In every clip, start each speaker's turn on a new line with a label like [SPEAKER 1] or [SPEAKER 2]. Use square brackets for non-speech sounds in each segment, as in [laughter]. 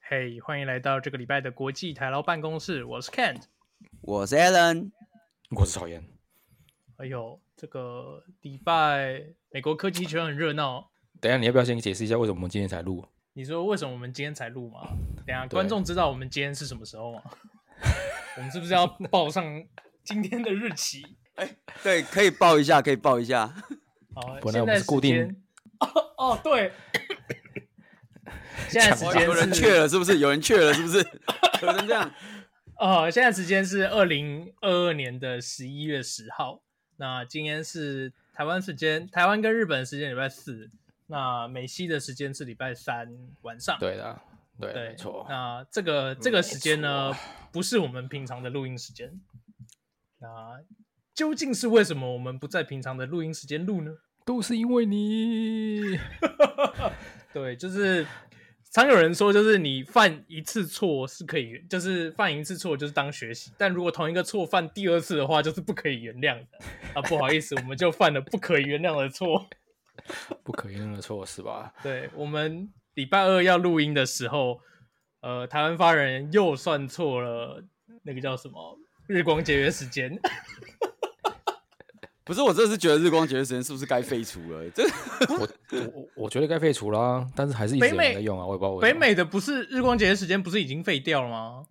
[SPEAKER 1] 嘿欢迎来到这个礼拜的国际台劳办公室，我是 Kent。
[SPEAKER 2] 我是 Alan，
[SPEAKER 3] 我是讨厌，
[SPEAKER 1] 哎呦，这个礼拜美国科技圈很热闹。
[SPEAKER 3] 等一下你要不要先解释一下为什么我们今天才录？
[SPEAKER 1] 你说为什么我们今天才录嘛？等一下
[SPEAKER 3] 对
[SPEAKER 1] 观众知道我们今天是什么时候吗？ [laughs] 我们是不是要报上今天的日期？
[SPEAKER 2] 对，可以报一下，可以报一下。
[SPEAKER 1] 好，
[SPEAKER 3] 本来
[SPEAKER 1] 现在
[SPEAKER 3] 我们是
[SPEAKER 1] 时
[SPEAKER 3] 固定
[SPEAKER 1] 间。 [laughs] 哦哦，对。
[SPEAKER 3] [laughs]
[SPEAKER 1] 现在时
[SPEAKER 3] 抢
[SPEAKER 1] 间
[SPEAKER 2] 有人
[SPEAKER 1] 是
[SPEAKER 2] 去了是不是？有人去了是不是？有人这样，
[SPEAKER 1] 呃，现在时间是二零二二年的十一月十号。那今天是台湾时间，台湾跟日本的时间礼拜四。那美西的时间是礼拜三晚上。
[SPEAKER 3] 对的，对，
[SPEAKER 1] 对，
[SPEAKER 3] 没错，
[SPEAKER 1] 那这个这个时间呢，不是我们平常的录音时间。那究竟是为什么我们不在平常的录音时间录呢？
[SPEAKER 3] 都是因为你。
[SPEAKER 1] [laughs] 对，就是常有人说，就是你犯一次错是可以原，就是犯一次错就是当学习，但如果同一个错犯第二次的话，就是不可以原谅的。啊，不好意思，我们就犯了不可以原谅的错。
[SPEAKER 3] 不可原谅的错是
[SPEAKER 1] [laughs]
[SPEAKER 3] 吧？
[SPEAKER 1] 对我们礼拜二要录音的时候，呃，台湾发言人又算错了那个叫什么日光节约时间。
[SPEAKER 3] 啊
[SPEAKER 2] 不是我这次觉得日光节约时间是不是该废除了？这
[SPEAKER 3] 我我我觉得该废除啦，但是还是一直有
[SPEAKER 1] 北美
[SPEAKER 3] 人在用啊，我也不知道为
[SPEAKER 1] 北
[SPEAKER 3] 什么。
[SPEAKER 1] 美的不是日光节约时间，不是已经废掉了吗？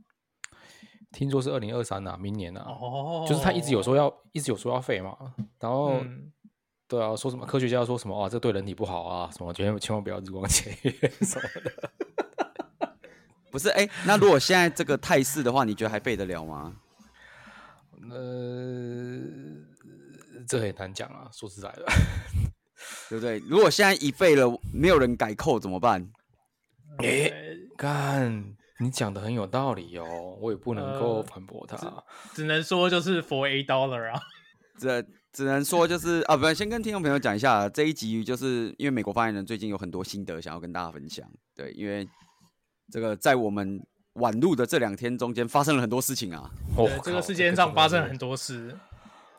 [SPEAKER 3] 听说是二零二三啊，明年啊，
[SPEAKER 1] 哦，
[SPEAKER 3] 就是他一直有说要，一直有说要废嘛，然后、
[SPEAKER 1] 嗯
[SPEAKER 3] 对啊，说什么科学家说什么啊，这对人体不好啊，什么千万千万不要日光
[SPEAKER 1] [laughs]
[SPEAKER 3] 节约什么的。
[SPEAKER 2] 不是哎、那如果现在这个态势的话，你觉得还废得了吗？
[SPEAKER 3] 呃，这很难讲啊，说实在的，
[SPEAKER 2] 对不对？如果现在一废了，没有人改扣怎么办？
[SPEAKER 3] 诶干，你讲的很有道理哦，我也不能够
[SPEAKER 1] 呃
[SPEAKER 3] 反驳他。
[SPEAKER 1] 只能说就是 for a dollar 啊。
[SPEAKER 2] 这只能说就是啊，不，先跟听众朋友讲一下，这一集就是因为美国发言人最近有很多心得想要跟大家分享。对，因为这个在我们晚录的这两天中间发生了很多事情啊。
[SPEAKER 3] 哦
[SPEAKER 1] 对，这
[SPEAKER 3] 靠
[SPEAKER 1] 个世界上发生了很
[SPEAKER 3] 真的
[SPEAKER 1] 多事。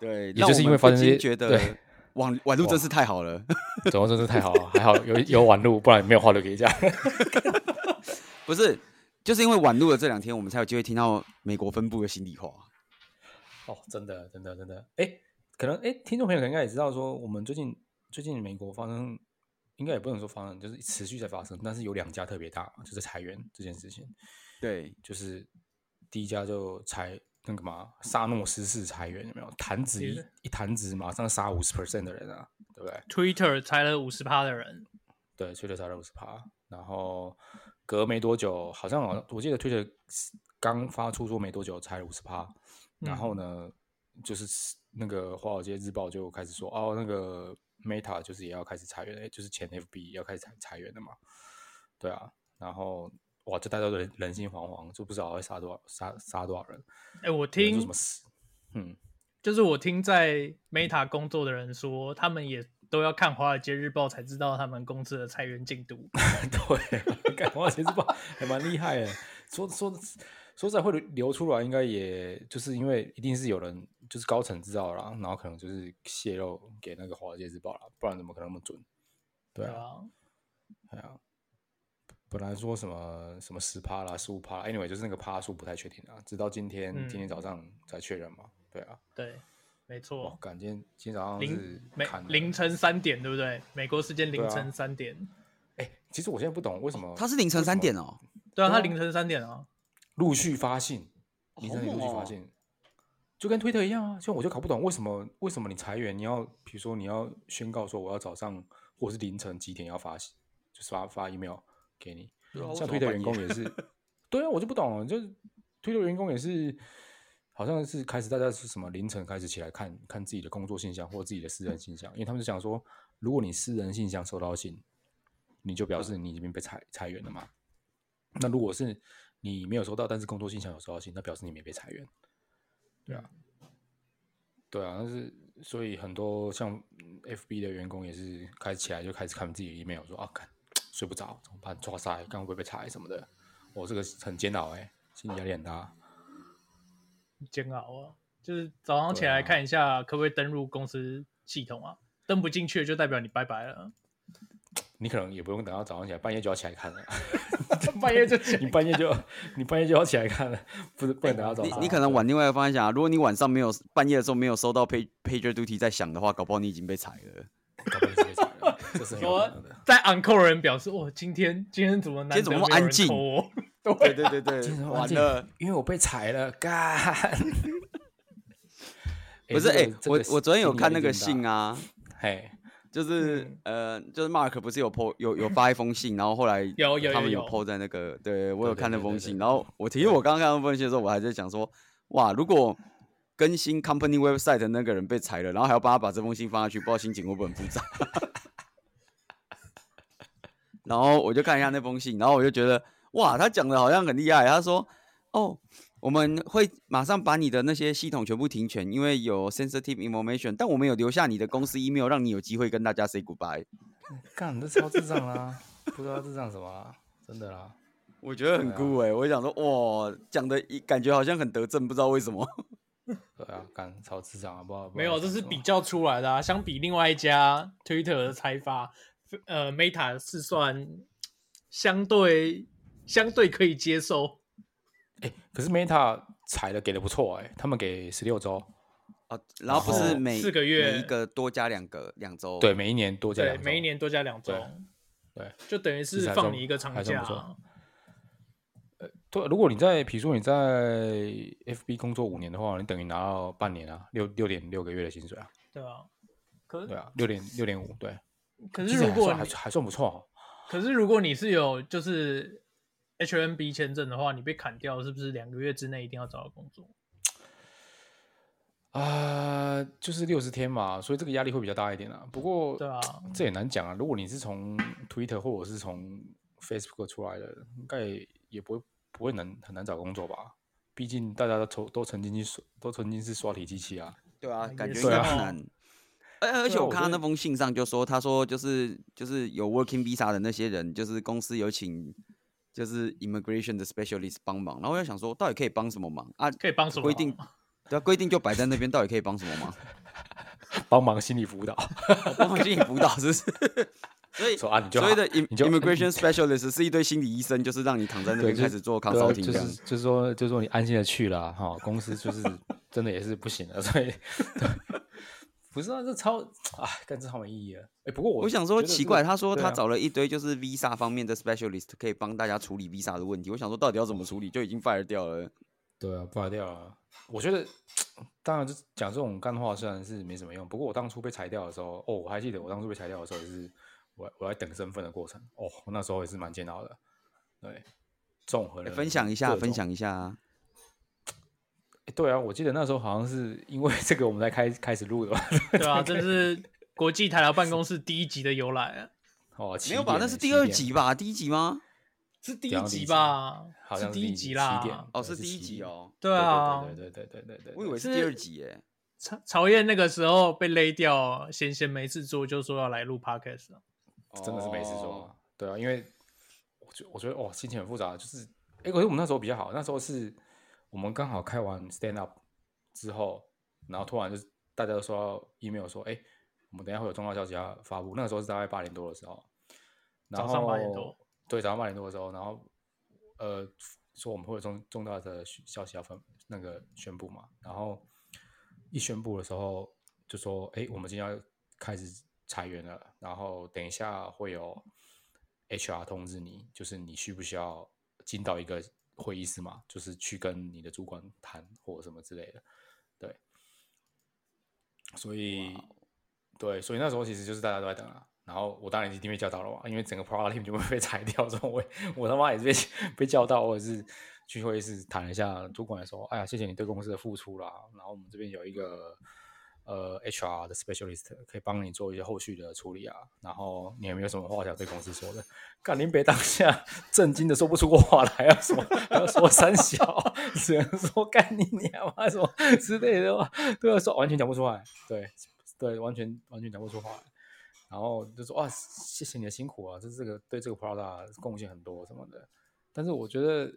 [SPEAKER 2] 对，
[SPEAKER 3] 也
[SPEAKER 2] 让
[SPEAKER 3] 就
[SPEAKER 2] 我
[SPEAKER 3] 是因
[SPEAKER 2] 们
[SPEAKER 3] 为发
[SPEAKER 2] 不
[SPEAKER 3] 生这
[SPEAKER 2] 禁
[SPEAKER 3] 些
[SPEAKER 2] 觉得
[SPEAKER 3] 对
[SPEAKER 2] 网网路真
[SPEAKER 3] 哇
[SPEAKER 2] 是太好了。 [laughs]
[SPEAKER 3] 是，总之真是太好了，还好有有晚路，不然没有话留给你讲。
[SPEAKER 2] 不是，就是因为晚录了这两天，我们才有机会听到美国分部的心里话。
[SPEAKER 3] [laughs] 哦，真的，真的，真的，哎，可能哎，听众朋友应该也知道说，我们最近最近美国发生，应该也不能说发生，就是持续在发生，但是有两家特别大，就是裁员这件事情，
[SPEAKER 2] 对，
[SPEAKER 3] 就是第一家就裁那个嘛，萨诺斯式裁员有没有？弹指
[SPEAKER 1] 其
[SPEAKER 3] 一
[SPEAKER 1] 实
[SPEAKER 3] 一弹指，马上杀五十 percent 的人啊，对不对？
[SPEAKER 1] Twitter 裁了五十趴的人，
[SPEAKER 3] 对，推特才了五十趴，然后隔没多久，好像好像我记得推特刚发出说没多久才五十趴，然
[SPEAKER 1] 嗯
[SPEAKER 3] 后呢，就是那个华尔街日报就开始说，哦，那个 Meta 就是也要开始裁员，诶就是前 FB 也要开始裁裁员了嘛，对啊，然后哇，就大家都人人心惶惶，就不知道会杀多少杀杀多少人，
[SPEAKER 1] 哎，我
[SPEAKER 3] 有人说
[SPEAKER 1] 听
[SPEAKER 3] 什么死，嗯，
[SPEAKER 1] 就是我听在 Meta 工作的人说，他们也都要看《华尔街日报》才知道他们公司的裁员进度。
[SPEAKER 3] [laughs] 对，啊干华尔街日报还蛮厉害的。 [laughs] 说说说实在会流流出来，应该也就是因为一定是有人就是高层知道了啦，然后可能就是泄露给那个华尔街日报了，不然怎么可能那么准？对啊，
[SPEAKER 1] 啊，
[SPEAKER 3] 对啊。本来说什么什么十趴啦、十五趴啦，anyway 就是那个趴数不太确定啊，直到今天、今天
[SPEAKER 1] 嗯
[SPEAKER 3] 早上才确认嘛。对啊，
[SPEAKER 1] 对，没
[SPEAKER 3] 我
[SPEAKER 1] 错，
[SPEAKER 3] 感今天今天早上是
[SPEAKER 1] 凌每
[SPEAKER 3] 砍了
[SPEAKER 1] 凌。晨三点，对不对？美国时间凌
[SPEAKER 3] 对啊
[SPEAKER 1] 晨三点。
[SPEAKER 3] 哎、其实我现在不懂为什么
[SPEAKER 2] 他是凌晨三点哦，
[SPEAKER 1] 对啊，
[SPEAKER 3] 对啊
[SPEAKER 1] 他凌晨三点啊。
[SPEAKER 3] 陆续发信，
[SPEAKER 2] 好
[SPEAKER 3] 你真的陆续
[SPEAKER 2] 猛哦
[SPEAKER 3] 发信，就跟推特一样啊。像我就搞不懂为什么为什么你裁员，你要比如说你要宣告说我要早上或是凌晨几点要发信，就是发发 email 给你。
[SPEAKER 2] 对啊为什
[SPEAKER 3] 像
[SPEAKER 2] 么
[SPEAKER 3] 推特
[SPEAKER 2] 半
[SPEAKER 3] 员
[SPEAKER 2] 夜
[SPEAKER 3] 工也是， [laughs] 对啊，我就不懂了，就是推特员工也是，好像是开始大家是什么凌晨开始起来看看自己的工作信箱或自己的私人信箱，因为他们就想说，如果你私人信箱收到信，你就表示你已经被裁裁员了嘛。那如果是你没有收到，但是工作信箱有收到信，那表示你没被裁员。对啊，对啊，但是所以很多像嗯 FB 的员工也是开始起来就开始看自己的 email，说啊，看睡不着，怎么办？抓塞，看会不会被裁什么的。我、这个很煎熬哎、心理压力很大。
[SPEAKER 1] 煎熬啊，就是早上起
[SPEAKER 3] 对啊
[SPEAKER 1] 来看一
[SPEAKER 3] [laughs]
[SPEAKER 1] 下，可不可以登入公司系统啊？登不进去就代表你拜拜了。
[SPEAKER 3] 你可能也不用等到早上起来，半夜就要起来看了。 [laughs]
[SPEAKER 1] 半夜就起
[SPEAKER 3] 你半夜就你半夜就要起来看了，不是不能等哦到早
[SPEAKER 2] 哎你
[SPEAKER 3] 上。
[SPEAKER 2] 你可能往另外一个方向想啊，如果你晚上没有半夜的时候没有收到 page pager duty 在响的话，搞不好你已经被裁了。
[SPEAKER 3] 搞不好你直接起来了这是很有可能的。
[SPEAKER 1] 在 uncle 人表示，哇，今天今天怎么难得
[SPEAKER 2] 今天怎
[SPEAKER 1] 没
[SPEAKER 2] 么
[SPEAKER 1] 有
[SPEAKER 2] 那么
[SPEAKER 1] 人
[SPEAKER 2] 安静
[SPEAKER 1] 扣我？
[SPEAKER 2] 对对对对
[SPEAKER 3] [laughs] 今天晚
[SPEAKER 2] 完
[SPEAKER 3] 上
[SPEAKER 2] 了。，
[SPEAKER 3] 因为我被裁了，干。
[SPEAKER 2] [laughs] 不是哎、
[SPEAKER 3] 哎，这
[SPEAKER 2] 我
[SPEAKER 3] 个
[SPEAKER 2] 我昨天有看那个，
[SPEAKER 3] 这
[SPEAKER 2] 信
[SPEAKER 3] 压力真大嗯
[SPEAKER 2] 啊，
[SPEAKER 3] 嘿，
[SPEAKER 2] 就是、呃，就是 Mark 不是有 po 有有发一封信，然后后来
[SPEAKER 1] 有有
[SPEAKER 2] 他们
[SPEAKER 1] 有
[SPEAKER 2] 有
[SPEAKER 1] 有
[SPEAKER 2] po 在那个，对我有
[SPEAKER 3] 对对
[SPEAKER 2] 看那
[SPEAKER 3] 对
[SPEAKER 2] 封
[SPEAKER 3] 对
[SPEAKER 2] 信，
[SPEAKER 3] 对
[SPEAKER 2] 然后我其实我刚刚看那封信的时候，我还在想说，哇，如果更新 company website 的那个人被裁了，然后还要帮他把这封信放下去，不知道心情会不会很复杂。 [laughs] 然后我就看一下那封信，然后我就觉得哇，他讲的好像很厉害。他说哦，我们会马上把你的那些系统全部停权，因为有 sensitive information，但我们有留下你的公司 email，让你有机会跟大家 say goodbye。
[SPEAKER 3] 干，这超智障啦！不知道智障什么啦，真的啦。
[SPEAKER 2] 我觉得很
[SPEAKER 3] 对啊
[SPEAKER 2] 酷哎、我想说哇，讲的一感觉好像很得正，不知道为什么。
[SPEAKER 3] 对啊，干超智障啊！不知
[SPEAKER 1] [laughs]
[SPEAKER 3] 道
[SPEAKER 1] 哦没有，这是比较出来的啊。相比另外一家 Twitter 的财阀，呃，Meta 是算相对相对可以接受。
[SPEAKER 3] 哎、可是 Meta 裁的给的不错哎、他们给十六周，
[SPEAKER 2] 啊，然后不
[SPEAKER 3] 然
[SPEAKER 2] 是
[SPEAKER 3] 后
[SPEAKER 2] 每
[SPEAKER 1] 四个
[SPEAKER 2] 每
[SPEAKER 1] 月
[SPEAKER 2] 一个多加两个两周，
[SPEAKER 3] 对，，每一年多加
[SPEAKER 1] 对，
[SPEAKER 3] 两周，
[SPEAKER 1] 每一年多加两周，
[SPEAKER 3] 对
[SPEAKER 1] 就等于
[SPEAKER 3] 其实
[SPEAKER 1] 是
[SPEAKER 3] 还
[SPEAKER 1] 放
[SPEAKER 3] 算
[SPEAKER 1] 你一个长
[SPEAKER 3] 还算
[SPEAKER 1] 假
[SPEAKER 3] 不错
[SPEAKER 1] 啊。
[SPEAKER 3] 对。如果你在，比如说你在 FB 工作五年的话，你等于拿到半年啊，六六点六个月的薪水啊，
[SPEAKER 1] 对啊，可
[SPEAKER 3] 对啊，六点六点五，对。
[SPEAKER 1] 可
[SPEAKER 3] 其
[SPEAKER 1] 是
[SPEAKER 3] 实
[SPEAKER 1] 如
[SPEAKER 3] 还
[SPEAKER 1] 果
[SPEAKER 3] 算还
[SPEAKER 1] 你
[SPEAKER 3] 算还算不错、哦，
[SPEAKER 1] 可是如果你是有就是 HNB 签证的话，你被砍掉是不是两个月之内一定要找到工作？
[SPEAKER 3] 啊、就是六十天嘛，所以这个压力会比较大一点啊。不过，
[SPEAKER 1] 对啊
[SPEAKER 3] 这也难讲啊。如果你是从 Twitter 或者是从 Facebook 出来的，应该也不会不会难很难找工作吧？毕竟大家都曾都曾经去刷都曾经是刷题机器啊。
[SPEAKER 2] 对啊，
[SPEAKER 1] 也
[SPEAKER 2] 感觉
[SPEAKER 1] 是
[SPEAKER 2] 应该
[SPEAKER 1] 哦
[SPEAKER 2] 很难。而而且
[SPEAKER 3] 对啊
[SPEAKER 2] 我
[SPEAKER 3] 我
[SPEAKER 2] 看他
[SPEAKER 3] 觉
[SPEAKER 2] 那
[SPEAKER 3] 得
[SPEAKER 2] 封信上就说，他说就是就是有 working visa 的那些人，就是公司有请就是 immigration 的 specialist 帮忙，然后我就想说，到底可以帮什么忙啊？
[SPEAKER 1] 可以帮什么忙？
[SPEAKER 2] 规定对啊，规定就摆在那边，到底可以帮什么忙？ [laughs]
[SPEAKER 3] 帮忙心理辅导，
[SPEAKER 2] 帮忙进行辅导是 [laughs] 不是？所以
[SPEAKER 3] 说啊你就
[SPEAKER 2] 所谓的 im-
[SPEAKER 3] 你就
[SPEAKER 2] immigration specialist 是一堆心理医生，就是让你躺在那边
[SPEAKER 3] 就
[SPEAKER 2] 开
[SPEAKER 3] 是
[SPEAKER 2] 始做
[SPEAKER 3] 对啊
[SPEAKER 2] consulting
[SPEAKER 3] 就
[SPEAKER 2] 这样
[SPEAKER 3] 是。就是说就是说你安心的去了哈、公司就是 [laughs] 真的也是不行了，所以 [laughs] 不是啊，这超啊，干这超没意义了。哎、不过我
[SPEAKER 2] 我想说
[SPEAKER 3] 觉得
[SPEAKER 2] 奇
[SPEAKER 3] 这
[SPEAKER 2] 怪，
[SPEAKER 3] 个
[SPEAKER 2] 他说
[SPEAKER 3] 对
[SPEAKER 2] 他
[SPEAKER 3] 啊
[SPEAKER 2] 找了一堆就是 visa 方面的 specialist 可以帮大家处理 visa 的问题，我想说到底要怎么处理，就已经 fire 掉了。
[SPEAKER 3] 对啊，罢掉了。我觉得，当然，就讲这种干话虽然是没什么用，不过我当初被裁掉的时候，哦，我还记得我当初被裁掉的时候也是我我在等身份的过程，哦，那时候也是蛮煎熬的。对，综合
[SPEAKER 2] 欸
[SPEAKER 3] 了
[SPEAKER 2] 分享一下，
[SPEAKER 3] 各
[SPEAKER 2] 分
[SPEAKER 3] 种
[SPEAKER 2] 享一下啊。
[SPEAKER 3] 诶对啊，我记得那时候好像是因为这个我们才开开始录的吧？
[SPEAKER 1] [laughs] 对啊，这是国际台劳办公室第一集的由来啊，
[SPEAKER 3] 哦，
[SPEAKER 2] 没
[SPEAKER 3] 起
[SPEAKER 2] 有吧？
[SPEAKER 3] 点
[SPEAKER 2] 那
[SPEAKER 3] 欸
[SPEAKER 2] 是
[SPEAKER 3] 起
[SPEAKER 2] 第二
[SPEAKER 3] 点
[SPEAKER 2] 集吧？第一集吗？
[SPEAKER 1] 是第
[SPEAKER 3] 讲
[SPEAKER 1] 一
[SPEAKER 3] 到第
[SPEAKER 1] 集
[SPEAKER 3] 一集
[SPEAKER 1] 吧？
[SPEAKER 3] 好像
[SPEAKER 1] 第一
[SPEAKER 3] 集
[SPEAKER 1] 集
[SPEAKER 3] 起点
[SPEAKER 1] 啦。
[SPEAKER 2] 哦，
[SPEAKER 3] 对
[SPEAKER 2] 是
[SPEAKER 3] 是
[SPEAKER 2] 第一
[SPEAKER 3] 起
[SPEAKER 2] 集
[SPEAKER 3] 点
[SPEAKER 2] 哦。
[SPEAKER 1] 对啊，
[SPEAKER 3] 对对对对对对对对
[SPEAKER 2] 我以为是
[SPEAKER 1] 是
[SPEAKER 2] 第二集耶。
[SPEAKER 1] 曹曹燕那个时候被勒掉，闲闲没事做，就说要来录 podcast 啊。
[SPEAKER 3] 真的是没事做
[SPEAKER 2] 哦
[SPEAKER 3] 啊。对啊，因为我觉我觉得哦，心情很复杂，就是哎、可是我们那时候比较好，那时候是我们刚好开完 stand up 之后，然后突然就是大家都收到 email 说，哎、我们等一下会有重要消息要发布，那个时候是大概八点多的时候，然
[SPEAKER 1] 早
[SPEAKER 3] 后
[SPEAKER 1] 上8点多，
[SPEAKER 3] 对，早上八点多的时候，然后呃说我们会有重重大的讯消息要分那个宣布嘛，然后一宣布的时候就说，哎、我们今天要开始裁员了，然后等一下会有 HR 通知你，就是你需不需要进到一个会议室嘛，就是去跟你的主管谈或者什么之类的，对，所以对，所以那时候其实就是大家都在等啊。然后我当然一定被叫到了嘛，因为整个 product team 就会被裁掉，所以我也我他妈也是被被叫到，或者是去会议室谈一下，主管也说，哎呀，谢谢你对公司的付出啦，然后我们这边有一个呃 HR 的 specialist 可以帮你做一些后续的处理啊，然后你有没有什么话想对公司说的？干林北当下震惊的说不出话来，要说还要说三小，只能说干你娘啊什么之类的话，对啊，说完全讲不出来，对对，完全完全讲不出话来。然后就说啊，谢谢你的辛苦啊，就是这个对这个 Prada 贡献很多什么的。但是我觉得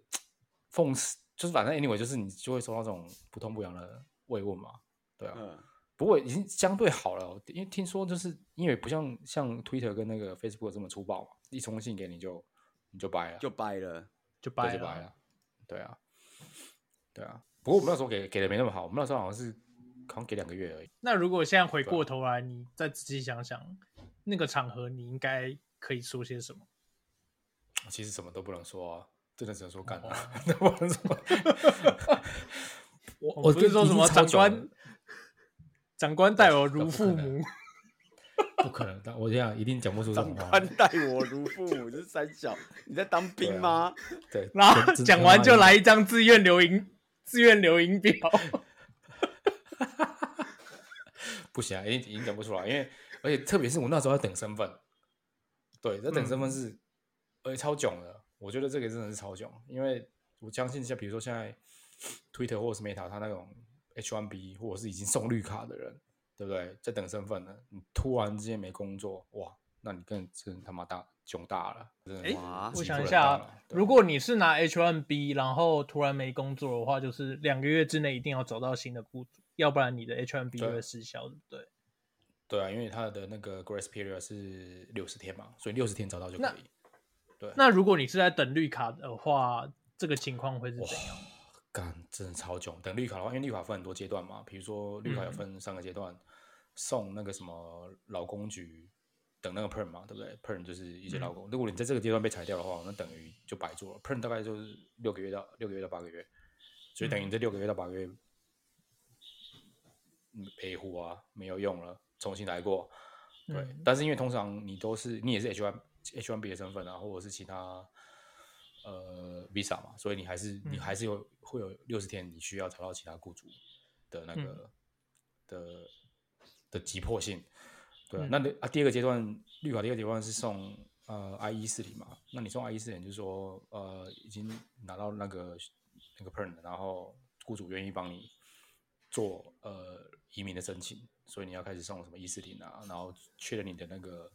[SPEAKER 3] 讽刺就是反正 anyway 就是你就会收到这种不痛不痒的慰问嘛，对啊，
[SPEAKER 2] 嗯，
[SPEAKER 3] 不过已经相对好了，哦因为听说就是因为不像像 Twitter 跟那个 Facebook 这么粗暴嘛，一封信给你就你就掰了，
[SPEAKER 2] 就掰
[SPEAKER 3] [laughs]
[SPEAKER 2] 了。
[SPEAKER 1] 就
[SPEAKER 3] 对
[SPEAKER 1] 掰
[SPEAKER 3] 就掰
[SPEAKER 1] 了。
[SPEAKER 3] 了，对啊，对啊。不过我们那时候给给的没那么好，我们那时候好像是好像给两个月而已。
[SPEAKER 1] 那如果现在回过头来，你再仔细想想，那个场合你应该可以说些什么？
[SPEAKER 3] 其实什么都不能说啊，真的只能说干啊，都
[SPEAKER 1] 哦
[SPEAKER 3] [laughs] 不能
[SPEAKER 1] [laughs]
[SPEAKER 3] 说。我
[SPEAKER 1] 不是说什么长官，长官待我如父
[SPEAKER 3] 不
[SPEAKER 1] [laughs]
[SPEAKER 3] 可
[SPEAKER 1] 母，
[SPEAKER 3] 不可能，但我这样一定讲不出这
[SPEAKER 2] 长
[SPEAKER 3] 种话。
[SPEAKER 2] 官待我如父母，这是三小，你在当兵吗？
[SPEAKER 3] 对，啊
[SPEAKER 1] [laughs] 然后
[SPEAKER 3] 真
[SPEAKER 1] 讲完就。
[SPEAKER 3] 真他妈
[SPEAKER 1] 来一张自愿留营自愿留营表。
[SPEAKER 3] 不行、啊，已经已经讲不出来，因为而且特别是我那时候在等身份，对，在等身
[SPEAKER 1] 嗯
[SPEAKER 3] 份是，而且超囧的，我觉得这个真的是超囧，因为我相信像比如说现在 Twitter 或者是 Meta，他那种 H1B 或者是已经送绿卡的人，对不对？在等身份的，你突然之间没工作，哇，那你更真他妈大囧大了，真的
[SPEAKER 1] 诶
[SPEAKER 3] 是妈
[SPEAKER 2] 我
[SPEAKER 3] 自
[SPEAKER 1] 我
[SPEAKER 3] 己
[SPEAKER 1] 想
[SPEAKER 3] 不
[SPEAKER 1] 一
[SPEAKER 3] 能
[SPEAKER 1] 下
[SPEAKER 3] 当
[SPEAKER 1] 啊
[SPEAKER 3] 了，对
[SPEAKER 1] 如果你是拿 H1B，然后突然没工作的话，就是两个月之内一定要找到新的雇主，要不然你的 H1B 就
[SPEAKER 3] 对
[SPEAKER 1] 会失效，对不对？
[SPEAKER 3] 对啊，因为他的那个 grace period 是六十天嘛，所以六十天找到就可
[SPEAKER 1] 那
[SPEAKER 3] 以。
[SPEAKER 1] 那如果你是在等绿卡的话，这个情况会是
[SPEAKER 3] 哇
[SPEAKER 1] 怎样？，
[SPEAKER 3] 干，真的超囧。等绿卡的话，因为绿卡分很多阶段嘛，比如说绿卡有
[SPEAKER 1] 嗯
[SPEAKER 3] 分三个阶段，送那个什么劳工局等那个 perm 嘛，对不对？perm 就是一些
[SPEAKER 1] 嗯
[SPEAKER 3] 劳工，如果你在这个阶段被裁掉的话，那等于就白做了。perm 大概就是六个月到六个月到八个月，所以等
[SPEAKER 1] 嗯
[SPEAKER 3] 于你这六个月到八个月，嗯陪护啊没有用了，重新来过。对，
[SPEAKER 1] 嗯
[SPEAKER 3] 但是因为通常你都是你也是 H one H one B 的身份啊，或者是其他呃 Visa 嘛，所以你还是你
[SPEAKER 1] 嗯
[SPEAKER 3] 还是有会有六十天你需要找到其他雇主的那个、的的急迫性。对啊，
[SPEAKER 1] 嗯
[SPEAKER 3] 那你啊第二个阶段绿卡第二个阶段是送呃 I 一四零嘛，那你送 I 一四零就是说呃已经拿到那个那个 perm，了然后雇主愿意帮你做呃移民的申请，所以你要开始送什么一四零啊，然后确认你的那个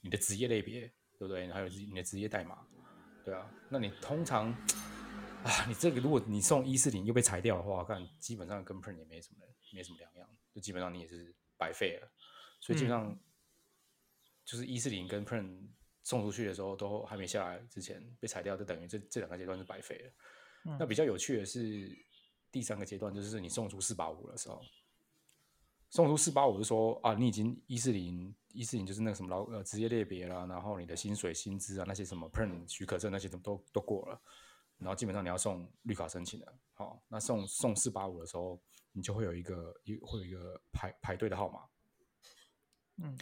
[SPEAKER 3] 你的职业类别，对不对？还有你的职业代码，对啊。那你通常啊，你这个如果你送一四零又被裁掉的话，看基本上跟 print 也没什么没什么两样，就基本上你也是白费了。所以基本上就是一四零跟 print 送出去的时候都还没下来之前被裁掉，就等于这这两个阶段是白费了。那比较有趣的是第三个阶段，就是你送出四八五的时候，送出四八五是说啊，你已经一四零一四零就是那个什么劳呃职业类别啦，然后你的薪水、薪资啊那些什么 perm 许可证那些都都都过了，然后基本上你要送绿卡申请了。好，那送送四八五的时候，你就会有一个一会有一个排排队的号码。
[SPEAKER 1] 嗯，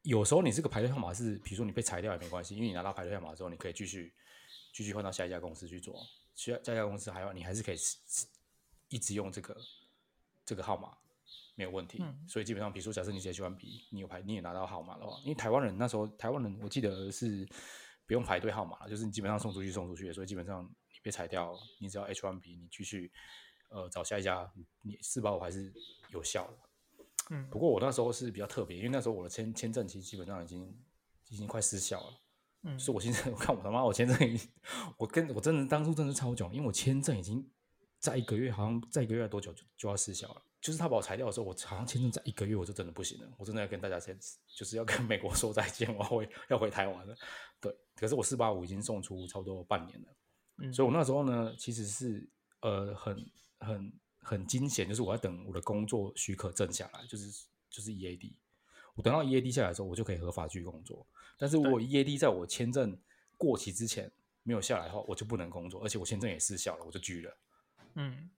[SPEAKER 3] 有时候你这个排队号码是，比如说你被裁掉也没关系，因为你拿到排队号码之后，你可以继续继续换到下一家公司去做，下下一家公司还要你还是可以一直用这个这个号码没有问题。
[SPEAKER 1] 嗯
[SPEAKER 3] 所以基本上，比如说假设你写 H 1 B，你有排你也拿到号码的话，因为台湾人那时候台湾人我记得是不用排队号码了，就是你基本上送出去送出去，所以基本上你被裁掉，你只要 H 1 B，你继续呃找下一家，你你四八五还是有效的。
[SPEAKER 1] 嗯
[SPEAKER 3] 不过我那时候是比较特别，因为那时候我的签签证其实基本上已经已经快失效了，
[SPEAKER 1] 嗯
[SPEAKER 3] 所以我现在我看我他妈我签证已经，我跟我真的当初真的是超囧，因为我签证已经在一个月，好像在一个月多久就就要失效了。就是他把我裁掉的时候，我好像签证在一个月我就真的不行了，我真的要跟大家先，就是要跟美国说再见，我要回要回台湾了。对，可是我四八五已经送出差不多半年了。
[SPEAKER 1] 嗯
[SPEAKER 3] 所以我那时候呢，其实是呃很很很惊险，就是我要等我的工作许可证下来，就是就是 EAD。我等到 EAD 下来之后，我就可以合法去工作。但是如果 EAD 在我签证过期之前没有下来的话，我就不能工作，而且我签证也失效了，我就拘了。
[SPEAKER 1] 嗯，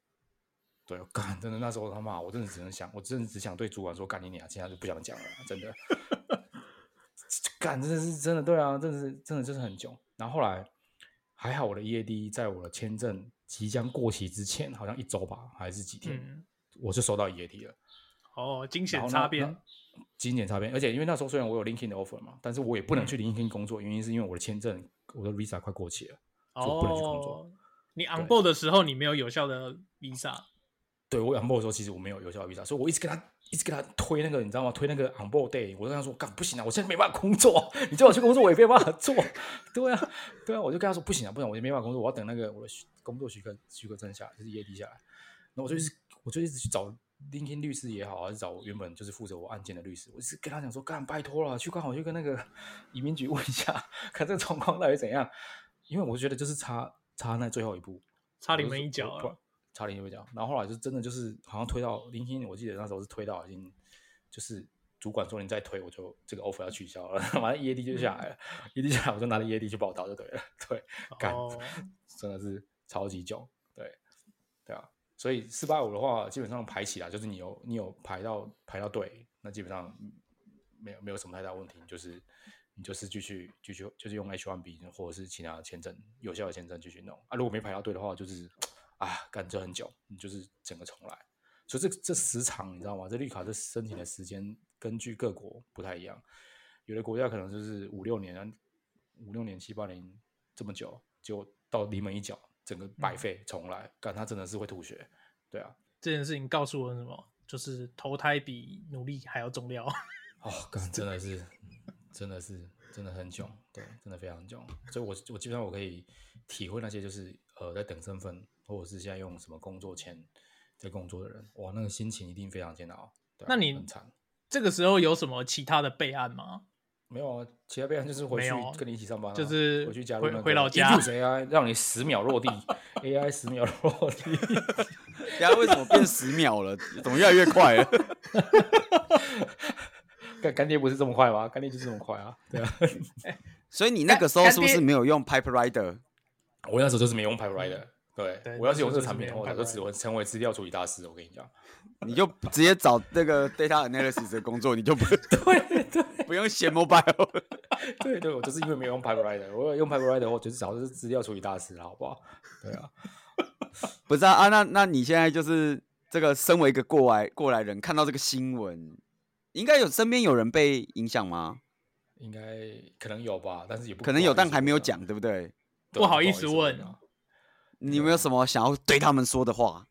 [SPEAKER 3] 对， [laughs] 我干，真的那时候他妈，我真的只能想，我真的只想对主管说干你娘，其他就不想讲了，真的。 [laughs] 干，真的是真的，对啊，真的是真的就是很囧。然后后来还好，我的 EAD 在我的签证即将过期之前，好像一周吧，还是几天，
[SPEAKER 1] 嗯
[SPEAKER 3] 我就收到 EAD 了。
[SPEAKER 1] 哦，惊
[SPEAKER 3] 然
[SPEAKER 1] 险
[SPEAKER 3] 后
[SPEAKER 1] 擦边，，
[SPEAKER 3] 经典擦边。而且因为那时候虽然我有 LinkedIn 的 offer 嘛，但是我也不能去
[SPEAKER 1] 嗯
[SPEAKER 3] LinkedIn 工作，原因是因为我的签证，我的 visa 快过期了。所以我不能去工作
[SPEAKER 1] 哦，你 on board 的时候你没有有效的 visa，
[SPEAKER 3] 对我 on board 的时候，其实我没有有效的 visa，所以我一直跟他一直跟他推那个，你知道吗？推那个 on board day，我就跟他说，干不行啊，我现在没办法工作，你叫我去工作，我也没办法做。对啊，对啊，我就跟他说不行啊，不然我就没办法工作，E 我要等那个我的许工作许可许可证下来，就是 EAD 下来。然后我就一直我就一直去找 LinkedIn 律师也好，还是找原本就是负责我案件的律师，我是跟他讲说，干拜托了，去刚好去跟那个移民局问一下， [laughs] 看这个状况到底怎样，因为我觉得就是差差那最后一步，
[SPEAKER 1] 差临门一脚
[SPEAKER 3] 我就我
[SPEAKER 1] 啊
[SPEAKER 3] 不！差点一脚。然后后来就真的就是好像推到零星，我记得那时候是推到已经就是主管说你再推我就这个 offer 要取消了， [laughs] 完了 EAD 就下来了、e a d 下来我就拿着 EAD 去报道就对了，对，干
[SPEAKER 1] 哦，
[SPEAKER 3] 真的是超级囧，对，对啊。所以四八五的话，基本上排起来就是你有你有排到排到队，那基本上没有没有什么太大问题，就是你就是继续继续就是用 H1B 或者是其他的签证有效的签证继续弄啊。如果没排到队的话，就是啊，干这很久，你就是整个重来。所以这这时长你知道吗？这绿卡这申请的时间根据各国不太一样，有的国家可能就是五六年啊，五六年七八年这么久，就到临门一脚，整个白费重来，干他真的是会吐血，对啊，
[SPEAKER 1] 这件事情告诉我什么？就是投胎比努力还要重要。
[SPEAKER 3] 哦，干真的是，真的是，真的很囧，对，真的非常囧。所以我，我基本上我可以体会那些就是呃在等身份，或者是现在用什么工作签在工作的人，哇，那个心情一定非常煎熬。对啊、
[SPEAKER 1] 那你
[SPEAKER 3] 很惨？
[SPEAKER 1] 这个时候有什么其他的备案吗？
[SPEAKER 3] 没有啊，其他备案就是回
[SPEAKER 1] 没
[SPEAKER 3] 去
[SPEAKER 1] 有啊
[SPEAKER 3] 跟你一起上班啊、
[SPEAKER 1] 就是
[SPEAKER 3] 回去加入
[SPEAKER 1] 回
[SPEAKER 3] 那个
[SPEAKER 1] 回老家
[SPEAKER 3] Infuse AI，让你十秒落地
[SPEAKER 1] [laughs]
[SPEAKER 3] ，AI 十秒落地。
[SPEAKER 2] 等下为什么变十秒了？怎么越来越快了？ [laughs]
[SPEAKER 3] 干干爹不是这么快吗？干爹就是这么快啊，对啊。
[SPEAKER 2] 所以你那个时候是不是没有用 Pipe Rider？
[SPEAKER 3] 我那时候就是没用 PipeWriter，对
[SPEAKER 1] 嗯对
[SPEAKER 3] 我要是
[SPEAKER 1] 那时候就
[SPEAKER 3] 用这
[SPEAKER 1] 是
[SPEAKER 3] 个产
[SPEAKER 1] 没
[SPEAKER 3] 品的
[SPEAKER 1] 用
[SPEAKER 3] 话，我早就
[SPEAKER 1] Pipewriter
[SPEAKER 3] 只会成为资料处理大师。我跟你讲，
[SPEAKER 2] 你就直接找那个 data analysis 的工作，你就不对对， [laughs] 不用写 mobile [laughs] 了。
[SPEAKER 3] 对对，我就是因为没有用 PipeWriter，我有用 PipeWriter，我就是早就是资料处理大师了，好不好？对啊，
[SPEAKER 2] 不是啊啊，那那你现在就是这个身为一个过来过来人，看到这个新闻，应该有身边有人被影响吗？
[SPEAKER 3] 应该可能有吧，但是也不
[SPEAKER 2] 可能有，但还没有
[SPEAKER 3] 对，
[SPEAKER 2] 讲，对不对？
[SPEAKER 1] 不
[SPEAKER 3] 不
[SPEAKER 1] 好
[SPEAKER 3] 好
[SPEAKER 1] 意
[SPEAKER 3] 意
[SPEAKER 1] 思
[SPEAKER 3] 思
[SPEAKER 1] 问
[SPEAKER 3] 啊，
[SPEAKER 2] 你有没有什么想要对他们说的话？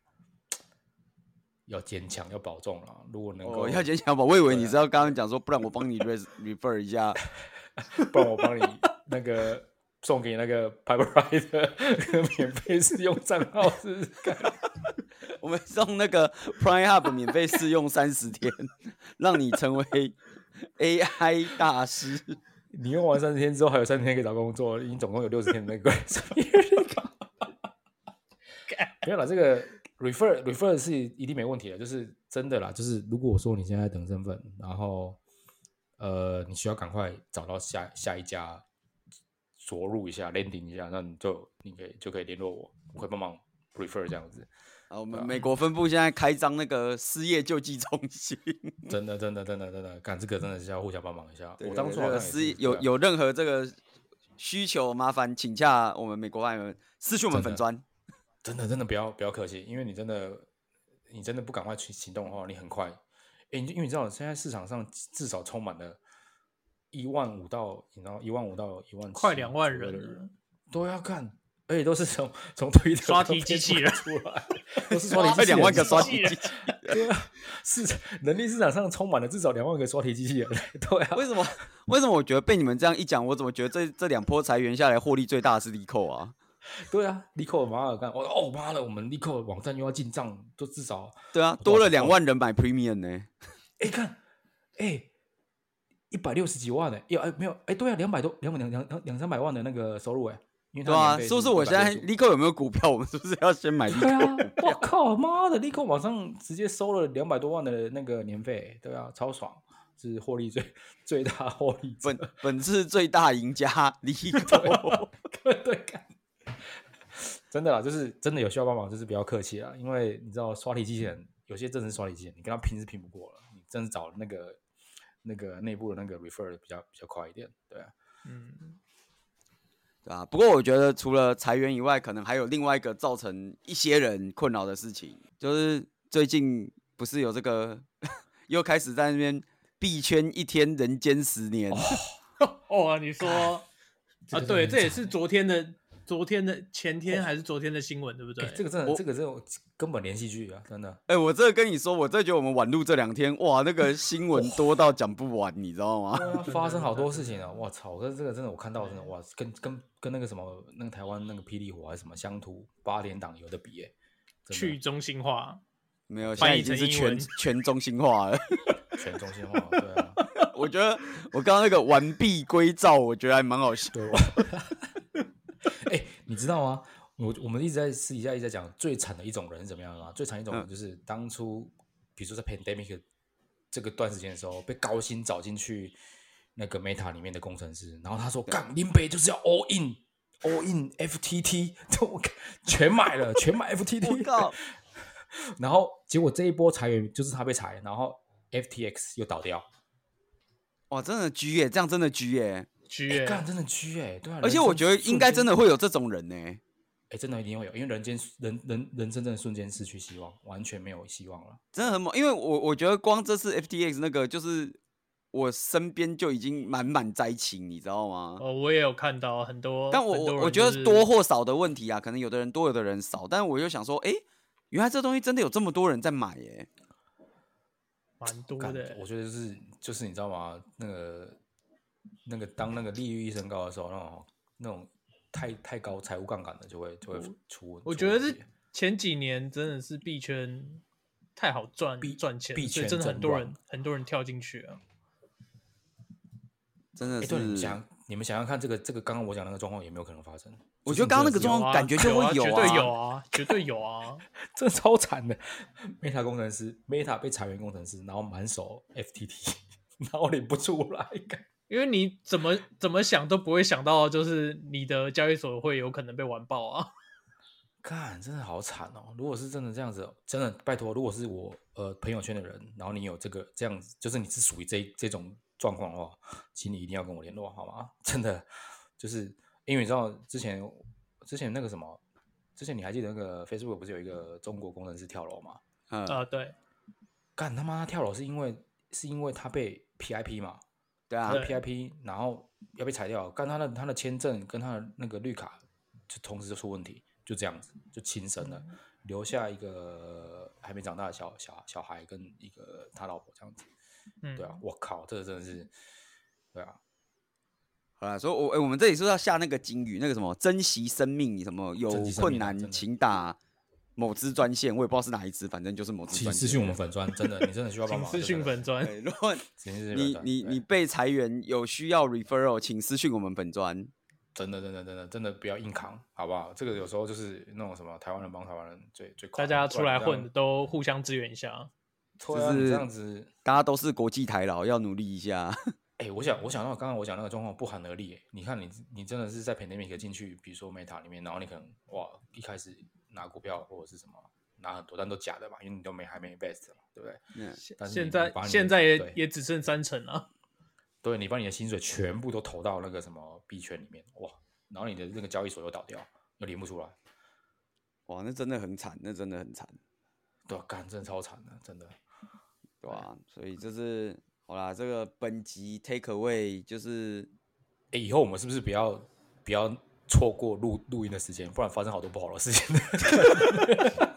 [SPEAKER 3] 要坚强，要保重了。如果能够，
[SPEAKER 2] 我哦要坚强吧，我以
[SPEAKER 3] 啊
[SPEAKER 2] 为你知道刚刚讲说，不然我帮你 re- refer 一下。
[SPEAKER 3] 不然我帮你那个 [laughs] 送给那个 PipeWriter [laughs] 免费试用账号试试看。
[SPEAKER 2] 我们送那个 Prime Hub 免费试用三十天， [laughs] 让你成为 AI 大师。
[SPEAKER 3] 你用完三十天之后，还有三十天可以找工作，已经总共有六十天的那个 [laughs] 没有啦，这个 refer refer 是一定没问题的，就是真的啦。就是如果说你现在在等身份，然后呃，你需要赶快找到下下一家着陆一下，landing 一下，那你就你可以就可以联络我，我会帮忙 refer 这样子。
[SPEAKER 2] 啊，我们美国分部现在开张那个失业救济中心， [laughs]
[SPEAKER 3] 真的，真的，真的，真的，干这个真的是要互相帮忙一下。我当初
[SPEAKER 2] 对对
[SPEAKER 3] 好像
[SPEAKER 2] 对
[SPEAKER 3] 也
[SPEAKER 2] 失
[SPEAKER 3] 是
[SPEAKER 2] 业有
[SPEAKER 3] 对啊
[SPEAKER 2] 有任何这个需求，麻烦请洽我们美国外人私讯我们
[SPEAKER 3] 真
[SPEAKER 2] 粉
[SPEAKER 3] 的
[SPEAKER 2] 砖。
[SPEAKER 3] 真的真的不要不要客气，因为你真的你真的不赶快去行动的话，你很快，诶，你因为你知道现在市场上至少充满了一万五到，你知道一万五到一万
[SPEAKER 1] 快两万
[SPEAKER 3] 左右的
[SPEAKER 1] 人了
[SPEAKER 3] 人都要看，而且都是从从推特
[SPEAKER 1] 刷
[SPEAKER 3] 跟
[SPEAKER 1] 题机器
[SPEAKER 3] Facebook
[SPEAKER 1] 人
[SPEAKER 3] 出来，都是刷题
[SPEAKER 2] [laughs] 快
[SPEAKER 3] 机器
[SPEAKER 2] 两
[SPEAKER 3] 人
[SPEAKER 2] 万个
[SPEAKER 3] 出
[SPEAKER 2] 刷
[SPEAKER 3] 来
[SPEAKER 2] 题机器，
[SPEAKER 3] [laughs] 对啊，市场人力市场上充满了至少两万个刷题机器人， [laughs] 对
[SPEAKER 2] [laughs]
[SPEAKER 3] 啊，
[SPEAKER 2] 为什么？为什么我觉得被你们这样一讲，我怎么觉得这这两波裁员下来获利最大的是利扣啊？
[SPEAKER 3] 对啊，立刻马尔干，我哦妈的，我们立刻网站又要进账，就至少
[SPEAKER 2] 对啊，多了两万人买 Premium 呢。
[SPEAKER 3] 哎、看，哎、一百六十几万呢、欸，有哎、没有哎、对啊，两百多两两两两两三百万的那个收入哎、因为他
[SPEAKER 2] 对啊，
[SPEAKER 3] 免
[SPEAKER 2] 是
[SPEAKER 3] 费
[SPEAKER 2] 不是我现在
[SPEAKER 3] 165
[SPEAKER 2] 利扣有没有股票？我们是不是要先买利
[SPEAKER 3] 对
[SPEAKER 2] 扣？ [laughs]
[SPEAKER 3] 啊，我靠，妈的，立刻网上直接收了两百多万的那个年费，对啊，超爽，是获利最最大获利者
[SPEAKER 2] 本本次最大赢家利扣。
[SPEAKER 3] 对对干。 [laughs] 真的啦，就是真的有需要帮忙，就是不要客气啦，因为你知道刷题机器人有些真的是刷题机器人，你跟他拼是拼不过了，你真的找那个那个内部的那个 refer 比较比较快一点，对啊。
[SPEAKER 1] 嗯，
[SPEAKER 2] 对啊，不过我觉得除了裁员以外，可能还有另外一个造成一些人困扰的事情，就是最近不是有这个 [laughs] 又开始在那边币圈一天人间十年，
[SPEAKER 1] 哦，你说啊，
[SPEAKER 3] 个真的
[SPEAKER 1] 对，
[SPEAKER 3] 很
[SPEAKER 1] 这也
[SPEAKER 3] 惨
[SPEAKER 1] 是昨天的、昨天的、前天还是昨天的新闻，对不对
[SPEAKER 3] 欸？这个真的，
[SPEAKER 2] 我
[SPEAKER 3] 这个这种根本连续剧啊，真的。
[SPEAKER 2] 哎、我这跟你说，我这觉得我们晚录这两天，哇，那个新闻多到讲不完，你知道吗？
[SPEAKER 3] 对啊，发生好多事情啊！我操，这这个真的我看到真的哇，跟跟跟那个什么那个台湾那个霹雳火还是什么乡土八连党有的比耶、真的
[SPEAKER 1] 去中心化，
[SPEAKER 2] 没有，现在
[SPEAKER 1] 翻
[SPEAKER 2] 已
[SPEAKER 1] 译
[SPEAKER 2] 经
[SPEAKER 1] 成
[SPEAKER 2] 是
[SPEAKER 1] 英
[SPEAKER 2] 全
[SPEAKER 1] 文
[SPEAKER 2] 全中心化了。 [laughs]
[SPEAKER 3] 全中心化，对啊，
[SPEAKER 2] 我觉得我刚刚那个完璧归赵，我觉得还蛮好笑。
[SPEAKER 3] 对我。 [laughs] 哎、你知道吗？我我们一直在私底下一直在讲最惨的一种人是怎么样啊？最惨一种
[SPEAKER 2] 嗯
[SPEAKER 3] 人就是当初，比如说在 pandemic 这个段时间的时候，被高薪找进去那个 Meta 里面的工程师，然后他说：“干林北就是要 all in all in FTT，我靠全买了，
[SPEAKER 2] [laughs]
[SPEAKER 3] 全买 FTT。”！然后结果这一波裁员就是他被裁，然后 FTX 又倒掉，
[SPEAKER 2] 哇，真的狙耶，这样真的狙
[SPEAKER 1] [laughs]
[SPEAKER 2] 耶！
[SPEAKER 1] 居
[SPEAKER 3] 哎
[SPEAKER 1] 耶
[SPEAKER 3] 干、真的狙哎、对啊。
[SPEAKER 2] 而且
[SPEAKER 3] 人
[SPEAKER 2] 我
[SPEAKER 3] 生
[SPEAKER 2] 觉得应该
[SPEAKER 3] 瞬间
[SPEAKER 2] 真的会有这种人呢、
[SPEAKER 3] 哎，真的一定会有，因为人间人人人生真的瞬间失去希望，完全没有希望了。
[SPEAKER 2] 真的很猛。因为我我觉得光这次 FTX 那个，就是我身边就已经满满灾情，你知道吗？
[SPEAKER 1] 哦，我也有看到很多，
[SPEAKER 2] 但我
[SPEAKER 1] 很多
[SPEAKER 2] 我
[SPEAKER 1] 人
[SPEAKER 2] 我觉
[SPEAKER 1] 就
[SPEAKER 2] 得
[SPEAKER 1] 是
[SPEAKER 2] 多或少的问题啊，可能有的人多，有的人少。但我就想说，哎、原来这东西真的有这么多人在买耶、
[SPEAKER 1] 蛮多
[SPEAKER 3] 感
[SPEAKER 1] 的，
[SPEAKER 3] 我觉得就是就是你知道吗？那个那个当那个利率一升高的时候，那种那种太太高财务杠杆的就会就会出问。
[SPEAKER 1] 我
[SPEAKER 3] 出
[SPEAKER 1] 觉得
[SPEAKER 3] 问
[SPEAKER 1] 是
[SPEAKER 3] 题
[SPEAKER 1] 前几年真的是币圈太好赚
[SPEAKER 3] 币
[SPEAKER 1] 赚钱，
[SPEAKER 3] 币
[SPEAKER 1] 所以
[SPEAKER 3] 圈
[SPEAKER 1] 真的
[SPEAKER 3] 真
[SPEAKER 1] 很多人
[SPEAKER 3] 乱
[SPEAKER 1] 很多人跳进去啊。
[SPEAKER 2] 真的
[SPEAKER 3] 哎，对，你们
[SPEAKER 2] 是。
[SPEAKER 3] 想你们想想看，这个这个刚刚我讲那个状况有没有可能发生？
[SPEAKER 2] 我觉得刚刚那个状
[SPEAKER 1] 有
[SPEAKER 2] 况
[SPEAKER 1] 啊
[SPEAKER 2] 感觉就会
[SPEAKER 1] 有
[SPEAKER 2] 有
[SPEAKER 1] 啊，绝对有啊，绝对有啊。
[SPEAKER 3] [laughs] 这超惨的，Meta 工程师，Meta 被裁员工程师，然后满手 FTT，然后领不出来，干
[SPEAKER 1] 因为你怎么怎么想都不会想到，就是你的交易所会有可能被完爆啊！
[SPEAKER 3] 干，真的好惨哦！如果是真的这样子，真的拜托，如果是我呃朋友圈的人，然后你有这个这样子，就是你是属于这这种状况的话，请你一定要跟我联络，好吗？ [laughs] 真的，就是因为你知道之前之前那个什么，之前你还记得那个 Facebook 不是有一个中国工程师跳楼吗？
[SPEAKER 2] 嗯，
[SPEAKER 1] [laughs]
[SPEAKER 3] 呃
[SPEAKER 1] 啊，对，
[SPEAKER 3] 干他妈他跳楼是因为是因为他被 PIP 嘛，
[SPEAKER 2] 对啊
[SPEAKER 3] 他，的
[SPEAKER 1] 对
[SPEAKER 3] PIP，然后要被裁掉，干他的他的签证跟他的那个绿卡就同时就出问题，就这样子就轻生了，
[SPEAKER 1] 嗯
[SPEAKER 3] 留下一个还没长大的小小小孩跟一个他老婆这样子。
[SPEAKER 1] 嗯，
[SPEAKER 3] 对啊，我靠，这个真的是，对啊，
[SPEAKER 2] 好啦，所以我，哎，我们这里是不是要下那个金语，那个什么珍惜生命，什么有
[SPEAKER 3] 珍惜生
[SPEAKER 2] 困
[SPEAKER 3] 命啊
[SPEAKER 2] 难
[SPEAKER 3] 真的
[SPEAKER 2] 请打某支专线，我也不知道是哪一支，反正就是某支
[SPEAKER 3] 请
[SPEAKER 2] 专
[SPEAKER 3] 私
[SPEAKER 2] 线。
[SPEAKER 3] 讯我们粉砖，真的，你真的需要帮
[SPEAKER 1] 请
[SPEAKER 3] 忙。
[SPEAKER 1] 私讯粉砖，
[SPEAKER 2] 对，如果
[SPEAKER 3] 真的，
[SPEAKER 2] 你你你被裁员有需要 referral，请私讯我们本专。
[SPEAKER 3] 真的真的真的真的不要硬扛，好不好？这个有时候就是那种什么台湾人帮台湾人最最快，
[SPEAKER 1] 大家
[SPEAKER 3] 不
[SPEAKER 1] 出
[SPEAKER 3] 然
[SPEAKER 1] 来
[SPEAKER 3] 你这样
[SPEAKER 1] 混的，都互相支援一下。
[SPEAKER 3] 对啊，
[SPEAKER 2] 就
[SPEAKER 3] 你
[SPEAKER 2] 是
[SPEAKER 3] 这样子。
[SPEAKER 2] 大家都是国际台佬，要努力一下。 [laughs]
[SPEAKER 3] 哎、我想，我想到刚刚我讲那个状况不寒而栗欸。你看你，你真的是在 pandemic 进去，比如说 Meta 里面，然后你可能哇，一开始拿股票或者是什么拿很多，但都假的嘛，因为你都没还没 invest 嘛，对不对？
[SPEAKER 2] 嗯
[SPEAKER 1] 现
[SPEAKER 3] 但是你
[SPEAKER 1] 现在
[SPEAKER 3] 把你的
[SPEAKER 1] 现在也
[SPEAKER 3] 对
[SPEAKER 1] 也只剩三成啊，
[SPEAKER 3] 对，你把你的薪水全部都投到那个什么币圈里面，哇，然后你的那个交易所又倒掉，又连不出来，
[SPEAKER 2] 哇，那真的很惨，那真的很惨，
[SPEAKER 3] 对啊，干，真的超惨的，真的。
[SPEAKER 2] 对吧、所以就是好啦，这个本集 take away 就是
[SPEAKER 3] 哎、以后我们是不是不要不要错过录录音的时间，不然发生好多不好的事情？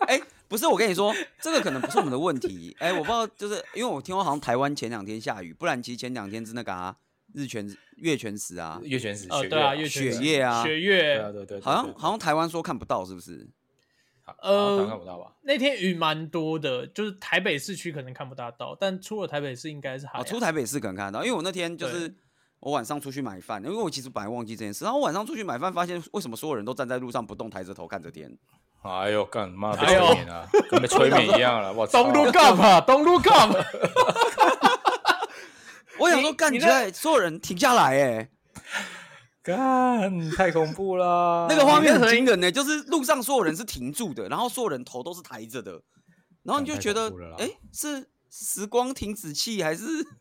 [SPEAKER 2] 哎、不是，我跟你说，这个可能不是我们的问题。哎、我不知道，就是因为我听说好像台湾前两天下雨，不然其实前两天是那个啊，日全月全食啊，
[SPEAKER 3] [laughs] 月全食，
[SPEAKER 1] 哦
[SPEAKER 3] 血
[SPEAKER 1] 对啊
[SPEAKER 3] 月
[SPEAKER 1] 月
[SPEAKER 2] 雪
[SPEAKER 1] 全食呃
[SPEAKER 2] 夜啊，
[SPEAKER 1] 雪
[SPEAKER 3] 对啊，
[SPEAKER 1] 月
[SPEAKER 3] 对对对，
[SPEAKER 2] 好像
[SPEAKER 3] 对
[SPEAKER 2] 好像台湾说看不到，是不是？
[SPEAKER 3] 好
[SPEAKER 1] 呃
[SPEAKER 3] 好像看不到吧？
[SPEAKER 1] 那天雨蛮多的，就是台北市区可能看不大到，但出了台北市应该是还
[SPEAKER 3] 哦
[SPEAKER 2] 啊，出
[SPEAKER 1] 好
[SPEAKER 2] 台北市可能看得到，因为我那天就是我晚上出去买饭，因为我其实本来忘记这件事，然后我晚上出去买饭，发现为什么所有人都站在路上不动，抬着头看着天。
[SPEAKER 3] 哎呦，干妈被
[SPEAKER 1] 哎呦
[SPEAKER 3] 催眠了，跟被催眠一
[SPEAKER 2] [laughs]
[SPEAKER 3] 样了，我操！
[SPEAKER 1] Don't look up 啊，Don't look
[SPEAKER 3] [laughs]
[SPEAKER 1] up，
[SPEAKER 2] 我想说，
[SPEAKER 1] 你
[SPEAKER 2] 干
[SPEAKER 1] 你
[SPEAKER 2] 你
[SPEAKER 1] 那
[SPEAKER 2] 觉得所有人停下来、哎，
[SPEAKER 3] 干太恐怖啦！
[SPEAKER 2] 那个画面
[SPEAKER 1] 你那
[SPEAKER 2] 很
[SPEAKER 1] 个
[SPEAKER 2] 惊人呢、欸就是路上所有人是停住的，然后所有人头都是抬着的，然后你就
[SPEAKER 3] 干太
[SPEAKER 2] 觉得
[SPEAKER 3] 恐怖了啦，
[SPEAKER 2] 哎、是时光停止器还是？ [laughs]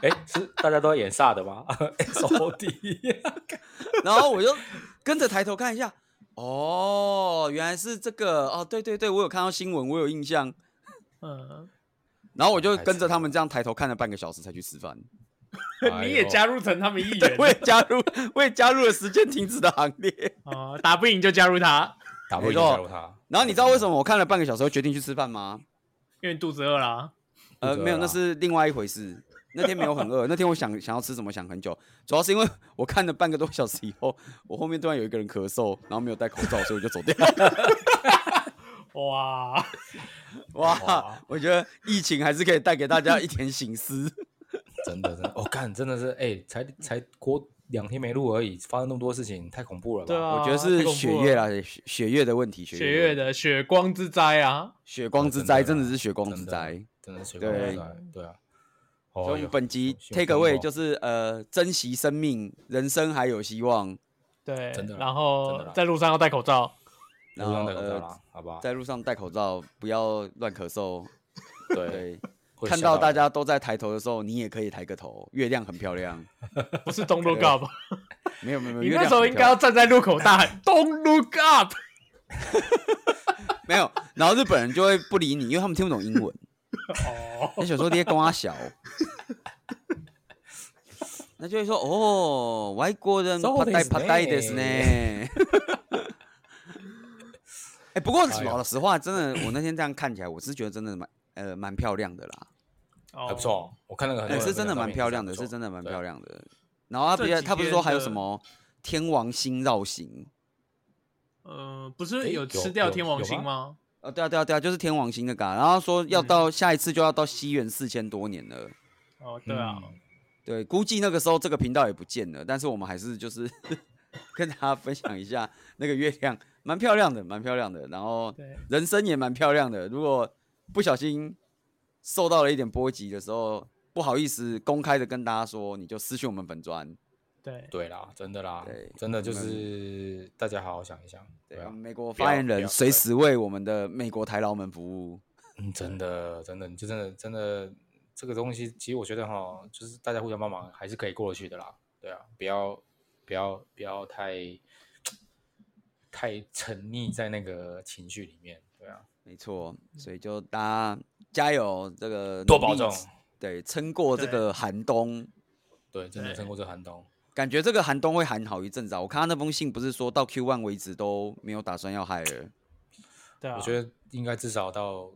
[SPEAKER 3] 哎，是大家都在演煞
[SPEAKER 2] [laughs]
[SPEAKER 3] 的吗哎？S O D，
[SPEAKER 2] 然后我就跟着抬头看一下，哦，原来是这个，哦，对对对，我有看到新闻，我有印象。
[SPEAKER 1] 嗯，
[SPEAKER 2] 然后我就
[SPEAKER 3] 太
[SPEAKER 2] 跟着
[SPEAKER 3] 惨
[SPEAKER 2] 他们这样抬头看了半个小时才去吃饭。
[SPEAKER 3] 哎
[SPEAKER 1] 你也加入成他们一员
[SPEAKER 2] 对，我也加入， [laughs] 我也加入了时间停止的行列。
[SPEAKER 1] 啊，打不赢就加入他，
[SPEAKER 3] 打不赢
[SPEAKER 2] 没错
[SPEAKER 3] 加入他。
[SPEAKER 2] 然后你知道为什么我看了半个小时后决定去吃饭吗？
[SPEAKER 1] 因为肚子饿啦。
[SPEAKER 2] 呃，
[SPEAKER 3] 负责
[SPEAKER 2] 没有，
[SPEAKER 3] 啦
[SPEAKER 2] 那是另外一回事。那天没有很饿， [laughs] 那天我想想要吃什么想很久，主要是因为我看了半个多小 [laughs]
[SPEAKER 3] [laughs]
[SPEAKER 2] 时以后，我后面突然有一个人咳嗽，然后没有戴口罩，所以我就走掉了。
[SPEAKER 1] 哇，
[SPEAKER 2] 哇
[SPEAKER 3] 哇，
[SPEAKER 2] 我觉得疫情还是可以带给大家一点醒
[SPEAKER 3] [laughs]
[SPEAKER 2] 思。
[SPEAKER 3] 真的真的，我、哦、干，真的是，哎、才才过两天没录而已，发生那么多事情，太恐怖了吧？
[SPEAKER 1] 对啊，
[SPEAKER 2] 我觉得
[SPEAKER 1] 太
[SPEAKER 2] 是
[SPEAKER 1] 恐怖
[SPEAKER 2] 血月
[SPEAKER 1] 了，
[SPEAKER 2] 啦，血血月的问题，
[SPEAKER 1] 血
[SPEAKER 2] 血
[SPEAKER 1] 月
[SPEAKER 2] 的
[SPEAKER 1] 的血光之灾啊！
[SPEAKER 2] 血光之灾，
[SPEAKER 3] 真
[SPEAKER 2] 真
[SPEAKER 3] 的
[SPEAKER 2] 的是血光之
[SPEAKER 3] 真的
[SPEAKER 2] 灾。
[SPEAKER 3] 真的水光
[SPEAKER 2] 对
[SPEAKER 3] 出来，对啊。
[SPEAKER 2] 所以我
[SPEAKER 3] 哟
[SPEAKER 2] 们本集
[SPEAKER 3] 哦有
[SPEAKER 2] take
[SPEAKER 3] 有
[SPEAKER 2] away
[SPEAKER 3] 风暴
[SPEAKER 2] 就是呃，珍惜生命，人生还有希望。
[SPEAKER 1] 对，
[SPEAKER 3] 真的
[SPEAKER 1] 然
[SPEAKER 3] 啦真
[SPEAKER 1] 后
[SPEAKER 3] 的啦
[SPEAKER 1] 在路上要戴口罩，
[SPEAKER 3] 路
[SPEAKER 2] 然后
[SPEAKER 3] 上戴口罩
[SPEAKER 2] 呃
[SPEAKER 3] 啦，好不好？
[SPEAKER 2] 在路上戴口罩，不要乱咳嗽。
[SPEAKER 3] 对，
[SPEAKER 2] 对，
[SPEAKER 3] 会
[SPEAKER 2] 看
[SPEAKER 3] 吓
[SPEAKER 2] 到
[SPEAKER 3] 人
[SPEAKER 2] 大家都在抬头的时候，你也可以抬个头。月亮很
[SPEAKER 1] [laughs]
[SPEAKER 2] 漂亮，
[SPEAKER 1] 不是
[SPEAKER 3] [laughs]
[SPEAKER 1] Don't look up。
[SPEAKER 2] 没有没有没有，
[SPEAKER 1] 你
[SPEAKER 2] 月
[SPEAKER 1] 那
[SPEAKER 2] 亮
[SPEAKER 1] 时候
[SPEAKER 2] 很
[SPEAKER 1] 应
[SPEAKER 2] 漂
[SPEAKER 1] 该要
[SPEAKER 2] 亮
[SPEAKER 1] 站在路口大喊 Don't look up。
[SPEAKER 2] 没有。然后日本人就会不理你，因为他们听不懂英
[SPEAKER 1] [laughs]
[SPEAKER 2] 文。
[SPEAKER 1] 哦，
[SPEAKER 2] 他想说你在跟
[SPEAKER 1] [laughs]
[SPEAKER 2] 我小，那就会说哦，外国人
[SPEAKER 3] そう
[SPEAKER 2] 怕
[SPEAKER 3] で
[SPEAKER 2] 呆
[SPEAKER 3] す
[SPEAKER 2] 怕呆
[SPEAKER 1] [laughs]
[SPEAKER 2] 的是呢。
[SPEAKER 3] ね
[SPEAKER 2] 哎、不过
[SPEAKER 3] 哎呦
[SPEAKER 2] 老实话，真的，我那天这样看起来，我是觉得真的蛮呃蛮漂亮的啦，
[SPEAKER 1] 还
[SPEAKER 3] 还不。错。我看那个很多
[SPEAKER 2] 哎
[SPEAKER 3] 人
[SPEAKER 2] 是真的蛮漂亮的，
[SPEAKER 3] 分享
[SPEAKER 2] 是真的蛮漂
[SPEAKER 3] 照片。
[SPEAKER 2] 亮的。然后他比
[SPEAKER 1] 这
[SPEAKER 2] 较，
[SPEAKER 1] 几
[SPEAKER 2] 他不是
[SPEAKER 1] 天
[SPEAKER 2] 说还有
[SPEAKER 1] 的
[SPEAKER 2] 什么天王星绕行？
[SPEAKER 1] 嗯，不是
[SPEAKER 3] 诶
[SPEAKER 1] 有
[SPEAKER 3] 有
[SPEAKER 1] 吃掉
[SPEAKER 3] 有
[SPEAKER 1] 天王
[SPEAKER 3] 有
[SPEAKER 1] 星
[SPEAKER 3] 吗
[SPEAKER 1] 吗？
[SPEAKER 2] 哦，对啊，对啊，对啊，就是天王星那个、啊，然后说要
[SPEAKER 1] 嗯
[SPEAKER 2] 到、下一次就要到西元四千多年了。
[SPEAKER 1] 哦，
[SPEAKER 3] 对
[SPEAKER 1] 对啊，
[SPEAKER 3] 嗯
[SPEAKER 2] 对，估计那个时候这个频道也不见了，但是我们还是就是 [laughs] 跟大家分享一下那个月亮，蛮漂亮的，蛮漂亮的，然后
[SPEAKER 1] 对，
[SPEAKER 2] 人生也蛮漂亮的。如果不小心受到了一点波及的时候，不好意思公开的跟大家说，你就私讯我们本专。
[SPEAKER 1] 对，
[SPEAKER 3] 对啦，真的啦
[SPEAKER 2] 对，
[SPEAKER 3] 真的就
[SPEAKER 2] 我们
[SPEAKER 3] 是大家好好想一想，对
[SPEAKER 2] 对，我
[SPEAKER 3] 啊
[SPEAKER 2] 们，美国
[SPEAKER 3] 不要
[SPEAKER 2] 发言
[SPEAKER 3] 不
[SPEAKER 2] 人
[SPEAKER 3] 要
[SPEAKER 2] 随
[SPEAKER 3] 对
[SPEAKER 2] 时为我们的美国台劳们服务。
[SPEAKER 3] 嗯，真的，真的，你就真的真的这个东西，其实我觉得哈，就是大家互相帮忙还是可以过得去的啦，对啊，不要不要不要太太沉溺在那个情绪里面，对啊，
[SPEAKER 2] 没错，所以就大家加油，这个
[SPEAKER 3] 多
[SPEAKER 2] 努
[SPEAKER 3] 保
[SPEAKER 2] 力
[SPEAKER 3] 重，
[SPEAKER 2] 对，撑过这
[SPEAKER 1] 对
[SPEAKER 2] 个寒冬。
[SPEAKER 3] 对，真的
[SPEAKER 1] 对
[SPEAKER 3] 撑过这寒冬，
[SPEAKER 2] 感觉这个寒冬会寒好一阵子啊！我看他那封信不是说到 Q one 为止都没有打算要害了，
[SPEAKER 1] 对啊，
[SPEAKER 3] 我觉得应该至少到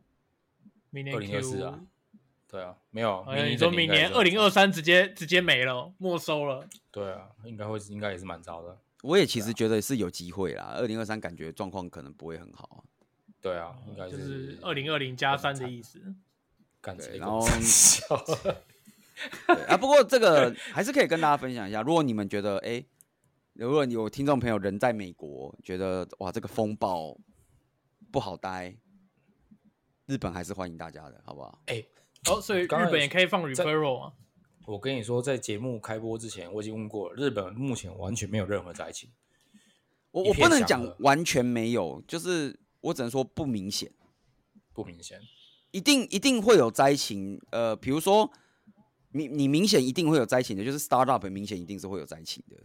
[SPEAKER 1] 明年
[SPEAKER 3] 二零二四
[SPEAKER 1] Q
[SPEAKER 3] 啊，对啊，没有，
[SPEAKER 1] 哎，你
[SPEAKER 3] 一
[SPEAKER 1] 说
[SPEAKER 3] 整
[SPEAKER 1] 明
[SPEAKER 3] 应该也
[SPEAKER 1] 年
[SPEAKER 3] 是
[SPEAKER 1] 二零二，三直接直接没了，没收了，
[SPEAKER 3] 对啊，应该会应该也是蛮糟的，
[SPEAKER 2] 我也其
[SPEAKER 3] 啊
[SPEAKER 2] 实觉得是有机会啦。二零二三感觉状况可能不会很好，
[SPEAKER 3] 对啊，应该
[SPEAKER 1] 就是二零二零加三的意思。
[SPEAKER 3] 干
[SPEAKER 2] 对
[SPEAKER 3] 这个
[SPEAKER 2] 然后
[SPEAKER 3] [laughs] 笑
[SPEAKER 2] 对啊。不过这个还是可以跟大家分享一下，如果你们觉得哎、诶如果你有听众朋友人在美国，觉得哇这个风暴不好待，日本还是欢迎大家的，好不好？
[SPEAKER 3] 哎。
[SPEAKER 1] 哦，所以日
[SPEAKER 3] 刚刚有
[SPEAKER 1] 本也可以放
[SPEAKER 3] 在
[SPEAKER 1] referral 啊。
[SPEAKER 3] 我跟你说，在节目开播之前，我已经问过了，日本目前完全没有任何灾情。
[SPEAKER 2] 我
[SPEAKER 3] 一
[SPEAKER 2] 我不
[SPEAKER 3] 片
[SPEAKER 2] 能
[SPEAKER 3] 祥
[SPEAKER 2] 讲
[SPEAKER 3] 和
[SPEAKER 2] 完全没有，就是我只能说不明显。
[SPEAKER 3] 不明显。
[SPEAKER 2] 一定一定会有灾情，呃，比如说你你明显一定会有灾情的，就是 startup 明显一定是会有灾情的，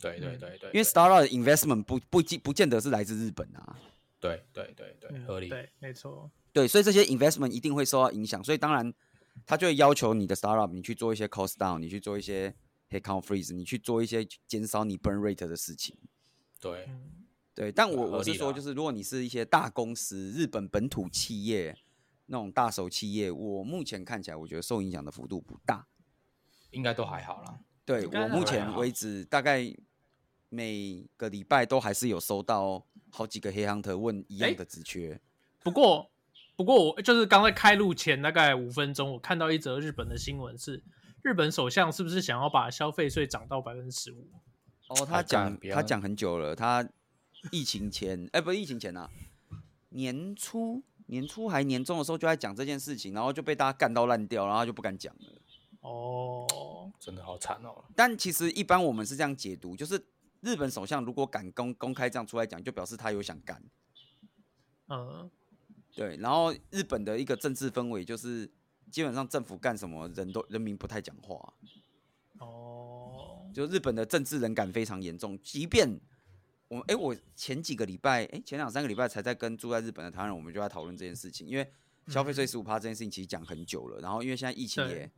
[SPEAKER 3] 对对
[SPEAKER 1] 嗯
[SPEAKER 3] 对对，
[SPEAKER 2] 因为 startup 的 investment 不不不不见得是来自日本啊，
[SPEAKER 3] 对对对对，
[SPEAKER 1] 嗯
[SPEAKER 3] 合理。
[SPEAKER 1] 对，没错。
[SPEAKER 2] 对，所以这些 investment 一定会受到影响，所以当然他就会要求你的 startup 你去做一些 cost down，你去做一些 headcount freeze，你去做一些减少你 burn rate 的事情。
[SPEAKER 3] 对
[SPEAKER 1] 嗯，
[SPEAKER 2] 对，但
[SPEAKER 3] 对
[SPEAKER 2] 我
[SPEAKER 3] 合
[SPEAKER 2] 我是
[SPEAKER 3] 理
[SPEAKER 2] 说，
[SPEAKER 3] 啦
[SPEAKER 2] 就是如果你是一些大公司、日本本土企业那种大手企业，我目前看起来，我觉得受影响的幅度不大。
[SPEAKER 3] 应该都还好啦。
[SPEAKER 2] 对
[SPEAKER 1] 应
[SPEAKER 2] 我
[SPEAKER 1] 该
[SPEAKER 2] 目
[SPEAKER 1] 还
[SPEAKER 2] 前
[SPEAKER 3] 好
[SPEAKER 2] 为止，大概每个礼拜都还是有收到好几个黑 hunter 问一样
[SPEAKER 1] 诶
[SPEAKER 2] 的职缺。
[SPEAKER 1] 不过不过我就是刚在开录前大概五分钟，我看到一则日本的新闻是。日本首相是不是想要把消费税涨到百分之十五？
[SPEAKER 2] 哦，他
[SPEAKER 3] 干
[SPEAKER 2] 讲
[SPEAKER 3] 不
[SPEAKER 2] 他
[SPEAKER 3] 要
[SPEAKER 2] 讲很久了，他疫情前，哎、不是疫情前啊，年初年初还年终的时候就在讲这件事情，然后就被大家干到烂掉，然后他就不敢讲了。
[SPEAKER 1] 哦，
[SPEAKER 3] 真的好惨哦。
[SPEAKER 2] 但其实一般我们是这样解读，就是日本首相如果敢公公开这样出来讲，就表示他有想干。
[SPEAKER 1] 嗯，
[SPEAKER 2] 对，然后日本的一个政治氛围就是，基本上政府干什么，人都人民不太讲话，
[SPEAKER 1] 哦，
[SPEAKER 2] 就日本的政治冷感非常严重。即便我们哎，我前几个礼拜，哎，前两三个礼拜才在跟住在日本的台湾人，我们就在讨论这件事情，因为消费税十五趴这件事情其实讲很久了，然后因为现在疫情
[SPEAKER 1] 嗯对
[SPEAKER 2] 也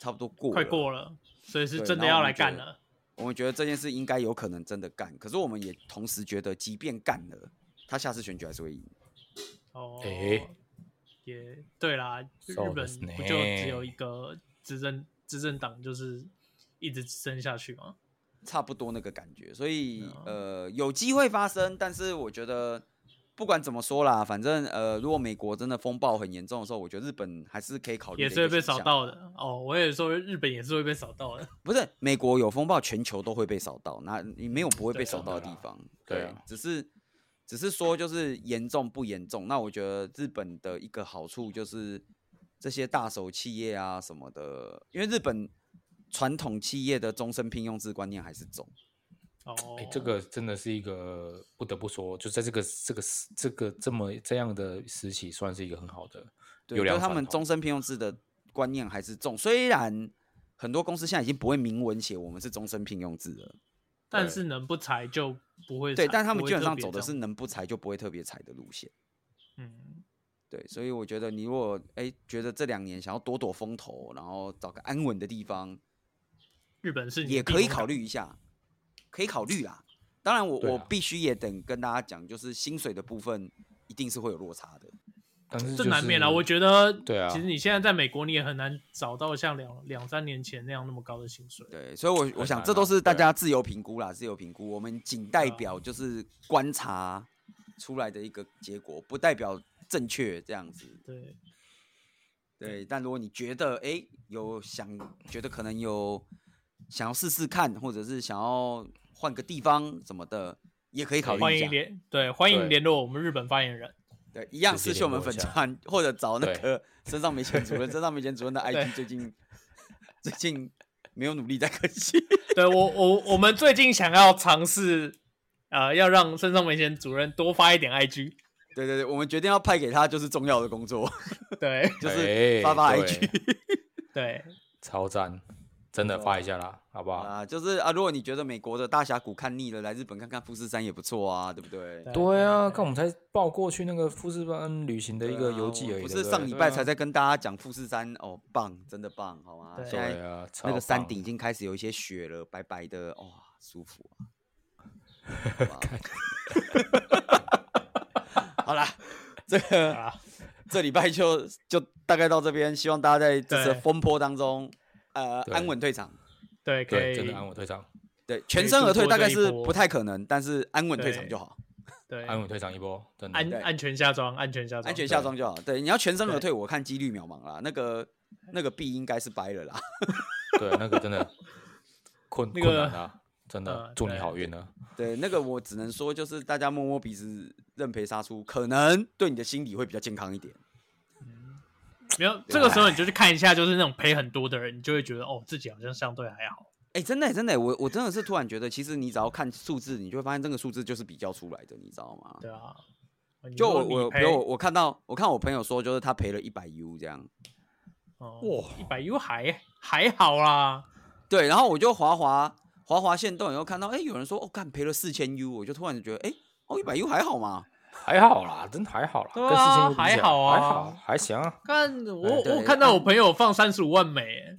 [SPEAKER 2] 差不多过
[SPEAKER 1] 快
[SPEAKER 2] 了
[SPEAKER 1] 过了，所以是
[SPEAKER 2] 对
[SPEAKER 1] 真的
[SPEAKER 2] 然
[SPEAKER 1] 要
[SPEAKER 2] 后我
[SPEAKER 1] 来
[SPEAKER 2] 们觉
[SPEAKER 1] 干
[SPEAKER 2] 得
[SPEAKER 1] 了。
[SPEAKER 2] 我们觉得这件事应该有可能真的干，可是我们也同时觉得，即便干了，他下次选举还是会赢。
[SPEAKER 1] 哦，
[SPEAKER 3] 诶
[SPEAKER 1] 也对啦，日
[SPEAKER 3] そう
[SPEAKER 1] 本不
[SPEAKER 3] ですね
[SPEAKER 1] 就只有一个执政执政党，就是一直执政下去吗？嗯啊
[SPEAKER 2] 差不多那个感觉，所以呃有机会发生，但是我觉得不管怎么说啦，反正呃，如果美国真的风暴很严重的时候，我觉得日本还是可以考虑。
[SPEAKER 1] 也是会被
[SPEAKER 2] 啊
[SPEAKER 1] 扫，到的哦。我也说日本也是会被扫到的，
[SPEAKER 2] 不是美国有风暴，全球都会被扫到，那你没有不会被
[SPEAKER 1] 对
[SPEAKER 2] 扫
[SPEAKER 1] 啊
[SPEAKER 2] 到的
[SPEAKER 3] 对
[SPEAKER 2] 地
[SPEAKER 3] 啊
[SPEAKER 2] 方。
[SPEAKER 3] 对
[SPEAKER 2] 对
[SPEAKER 3] 啊
[SPEAKER 2] 只是只是说就是严重不严重。那我觉得日本的一个好处就是这些大手企业啊什么的，因为日本传统企业的终身聘用制观念还是走。
[SPEAKER 1] 哦，
[SPEAKER 3] 哎、这个真的是一个不得不说，就在这个这个时这个这么这样的时期，算是一个很好的
[SPEAKER 2] 对，就是
[SPEAKER 3] 优良
[SPEAKER 2] 他
[SPEAKER 3] 传
[SPEAKER 2] 们
[SPEAKER 3] 统
[SPEAKER 2] 终身聘用制的观念还是重。虽然很多公司现在已经不会明文写我们是终身聘用制了，
[SPEAKER 1] 但是能不裁就不会裁
[SPEAKER 2] 对，但他们
[SPEAKER 1] 不会
[SPEAKER 2] 基本上
[SPEAKER 1] 特别
[SPEAKER 2] 走的是
[SPEAKER 1] 这样
[SPEAKER 2] 能不裁就不会特别裁的路线。
[SPEAKER 1] 嗯，
[SPEAKER 2] 对，所以我觉得你如果哎、觉得这两年想要躲躲风头，然后找个安稳的地方，
[SPEAKER 1] 日本是你的
[SPEAKER 2] 也
[SPEAKER 1] 避
[SPEAKER 2] 可以
[SPEAKER 1] 风
[SPEAKER 2] 考
[SPEAKER 1] 港，
[SPEAKER 2] 虑一下，可以考虑啦。当然我，
[SPEAKER 3] 对
[SPEAKER 2] 我、
[SPEAKER 3] 啊
[SPEAKER 2] 必须也等跟大家讲，就是薪水的部分一定是会有落差的。
[SPEAKER 3] 但是、就
[SPEAKER 1] 这
[SPEAKER 3] 是、
[SPEAKER 1] 难免啊。我觉得
[SPEAKER 3] 对啊
[SPEAKER 1] 其实你现在在美国，你也很难找到像两两三年前那样那么高的薪水。
[SPEAKER 2] 对，所以我，我
[SPEAKER 3] 很
[SPEAKER 2] 想
[SPEAKER 3] 难
[SPEAKER 2] 这
[SPEAKER 3] 啊
[SPEAKER 2] 都是大
[SPEAKER 3] 对啊
[SPEAKER 2] 家自由评估啦，自由评估。我们仅代
[SPEAKER 1] 对啊
[SPEAKER 2] 表就是观察出来的一个结果，不代表正确这样子。
[SPEAKER 1] 对，
[SPEAKER 2] 对，但如果你觉得哎、诶有想觉得可能有想要试试看，或者是想要换个地方什么的，也可以考
[SPEAKER 1] 欢
[SPEAKER 2] 虑一
[SPEAKER 1] 迎
[SPEAKER 2] 下。
[SPEAKER 1] 联对欢
[SPEAKER 3] 对
[SPEAKER 1] 迎联络我们日本发言人。
[SPEAKER 2] 对，一样
[SPEAKER 3] 直接
[SPEAKER 2] 私讯我
[SPEAKER 3] 联
[SPEAKER 2] 们
[SPEAKER 3] 络
[SPEAKER 2] 粉
[SPEAKER 3] 一下
[SPEAKER 2] 团，或者找那
[SPEAKER 3] 对
[SPEAKER 2] 个身上没钱主
[SPEAKER 3] [laughs]
[SPEAKER 2] 任，身上没钱主任的
[SPEAKER 1] 对
[SPEAKER 2] IG 最近最近没有努力在更新。 [laughs]
[SPEAKER 1] 对我我我们最近想要尝试，呃，要让身上梅贤主任多发一点 IG。
[SPEAKER 2] 对对对，我们决定要派给他就是重要的工作，
[SPEAKER 1] [laughs] 对
[SPEAKER 2] 就是发发
[SPEAKER 3] 哎
[SPEAKER 2] IG。
[SPEAKER 3] 对
[SPEAKER 1] 对，
[SPEAKER 3] 超赞，真的
[SPEAKER 2] 真的
[SPEAKER 3] 发一下啦，好不好？
[SPEAKER 2] 啊，就是啊，如果你觉得美国的大峡谷看腻了，来日本看看富士山也不错啊，对不对？
[SPEAKER 3] 对啊，看我们才报过去那个富士山旅行的一个
[SPEAKER 2] 哎对啊
[SPEAKER 3] 游记而
[SPEAKER 2] 我
[SPEAKER 3] 已，
[SPEAKER 2] 不
[SPEAKER 3] 对
[SPEAKER 2] 是
[SPEAKER 3] 对
[SPEAKER 2] 上礼拜才。
[SPEAKER 3] 对啊
[SPEAKER 2] 在跟大家讲富士山哦，棒，真的棒，好吗？
[SPEAKER 1] 对
[SPEAKER 2] 现
[SPEAKER 3] 对
[SPEAKER 2] 在
[SPEAKER 3] 啊，
[SPEAKER 2] 那个
[SPEAKER 3] 超棒
[SPEAKER 2] 山顶已经开始有一些雪了，白白的，哇、舒服啊！好吧 [laughs] 好啦，这
[SPEAKER 1] 对
[SPEAKER 2] 个
[SPEAKER 1] 啊，
[SPEAKER 2] 这礼拜就就大概到这边，希望大家在这次
[SPEAKER 1] 对
[SPEAKER 2] 风波当中，呃，
[SPEAKER 3] 对
[SPEAKER 2] 安稳退场。
[SPEAKER 1] 对，可
[SPEAKER 3] 对，
[SPEAKER 1] 以
[SPEAKER 3] 真的安稳退场，
[SPEAKER 2] 对，全身而退
[SPEAKER 1] 度过
[SPEAKER 2] 大
[SPEAKER 1] 这
[SPEAKER 2] 概
[SPEAKER 1] 一
[SPEAKER 2] 是
[SPEAKER 1] 波
[SPEAKER 2] 不太可能，但是安稳退场
[SPEAKER 1] 对
[SPEAKER 2] 就好，
[SPEAKER 1] 对
[SPEAKER 3] 安稳退场一波，真的
[SPEAKER 1] 安
[SPEAKER 2] 对
[SPEAKER 1] 安全下装，安全下装，
[SPEAKER 2] 安全下
[SPEAKER 1] 对
[SPEAKER 2] 装就好。对，你要全身而
[SPEAKER 1] 对
[SPEAKER 2] 退，我看几率渺茫啦。那个那个币应该是掰了啦。
[SPEAKER 3] [laughs] 对那个真的
[SPEAKER 2] [laughs]
[SPEAKER 3] 困
[SPEAKER 1] 那
[SPEAKER 3] 困
[SPEAKER 1] 个
[SPEAKER 3] 难啊，真的
[SPEAKER 1] 呃
[SPEAKER 3] 祝你
[SPEAKER 1] 对
[SPEAKER 3] 好运啊！
[SPEAKER 2] 对，那个我只能说，就是大家摸摸鼻子，认赔杀出，可能对你的心理会比较健康一点。
[SPEAKER 1] 没
[SPEAKER 2] 啊
[SPEAKER 1] 有这个时候你就去看一下，就是那种赔很多的人，你就会觉得哦，自己好像相对还好。
[SPEAKER 2] 哎、真的、真的、我我真的是突然觉得，其实你只要看数字，你就会发现这个数字就是比较出来的，你知道吗？
[SPEAKER 1] 对啊，你
[SPEAKER 2] 就
[SPEAKER 1] 如果
[SPEAKER 2] 我
[SPEAKER 1] 你
[SPEAKER 2] 我比
[SPEAKER 1] 赔
[SPEAKER 2] 如我我看到我看我朋友说，就是他赔了一百 U 这样，
[SPEAKER 1] 哇
[SPEAKER 3] 哇，
[SPEAKER 1] 哦一百 U 还还好啦，
[SPEAKER 2] 对，然后我就滑滑滑滑线动，然后看到哎、有人说哦，干赔了四千 U，我就突然觉得哎、哦一百 U 还好嘛，
[SPEAKER 3] 还好啦，真的还好啦，
[SPEAKER 1] 对啊
[SPEAKER 3] 跟四千又比起
[SPEAKER 1] 还
[SPEAKER 3] 来
[SPEAKER 1] 好啊
[SPEAKER 3] 还好，还行啊。
[SPEAKER 1] 看我
[SPEAKER 2] 哎对啊
[SPEAKER 1] 我看到我朋友放三十五万美，哎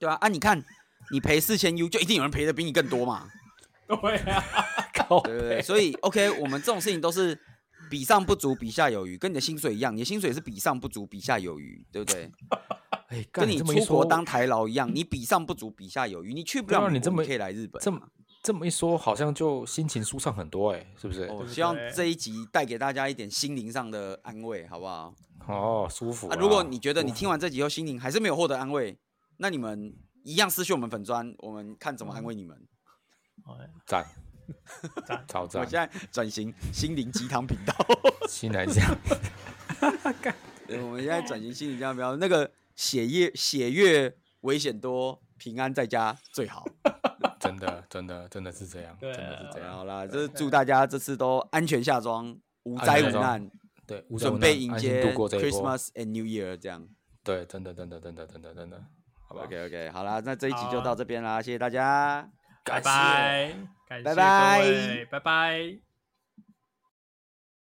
[SPEAKER 2] 对吧、啊？你看你赔四千 U，就一定有人赔的比你更多嘛。
[SPEAKER 1] 对 [laughs] 啊，
[SPEAKER 3] 靠
[SPEAKER 2] 对对对，所
[SPEAKER 3] [laughs]
[SPEAKER 2] 以 OK，我们这种事情都是比上不足，比下有余，跟你的薪水一样，你的薪水也是比上不足，比下有余，对不对？
[SPEAKER 3] 哎，干
[SPEAKER 2] 跟你
[SPEAKER 3] 这么一
[SPEAKER 2] 出国
[SPEAKER 3] 说，
[SPEAKER 2] 当台劳一样，你比上不足，比下有余，你去不
[SPEAKER 3] 对啊
[SPEAKER 2] 了美
[SPEAKER 3] 你这
[SPEAKER 2] 国
[SPEAKER 3] 么
[SPEAKER 2] 可以来日本嘛。哦啊
[SPEAKER 3] 这么这么一说，好像就心情舒畅很多哎，是不是？
[SPEAKER 2] 哦，
[SPEAKER 1] 对不
[SPEAKER 2] 希望
[SPEAKER 1] 对
[SPEAKER 2] 这一集带给大家一点心灵上的安慰，好不好？
[SPEAKER 3] 哦，舒服
[SPEAKER 2] 啊
[SPEAKER 3] 啊。，
[SPEAKER 2] 如果你觉得你
[SPEAKER 3] 舒服
[SPEAKER 2] 听完这集后心灵还是没有获得安慰，那你们一样私讯我们粉砖，我们看怎么安慰你们。 [laughs]
[SPEAKER 3] 赞
[SPEAKER 1] 赞
[SPEAKER 3] 超
[SPEAKER 2] 我
[SPEAKER 3] 赞
[SPEAKER 2] 现，在转型心灵鸡汤频道。
[SPEAKER 3] 新来讲，
[SPEAKER 2] 对，我们现在转型心理这样标，那个血液血月危险多，平安在家最
[SPEAKER 3] [laughs]
[SPEAKER 2] 好。
[SPEAKER 3] 真的真的真的是这样，
[SPEAKER 1] 对
[SPEAKER 3] 真的是这
[SPEAKER 2] 对，啊
[SPEAKER 3] 样。
[SPEAKER 2] 好啦，就是祝大家这次都安全下庄，无灾
[SPEAKER 3] 安全
[SPEAKER 2] 无
[SPEAKER 3] 下庄
[SPEAKER 2] 难，
[SPEAKER 3] 对，无
[SPEAKER 2] 准
[SPEAKER 3] 论
[SPEAKER 2] 备迎
[SPEAKER 3] 安心
[SPEAKER 2] 接
[SPEAKER 3] 度过这一波。
[SPEAKER 2] Christmas and New Year 这样。
[SPEAKER 3] 对，真的真的真的真的真的，好吧
[SPEAKER 2] OK OK，好啦，那这一集
[SPEAKER 1] 好
[SPEAKER 2] 就
[SPEAKER 1] 啊
[SPEAKER 2] 到这边啦，谢谢大家。
[SPEAKER 1] 拜
[SPEAKER 3] 感谢
[SPEAKER 1] 拜，感谢
[SPEAKER 2] 拜拜
[SPEAKER 1] 各位，拜拜。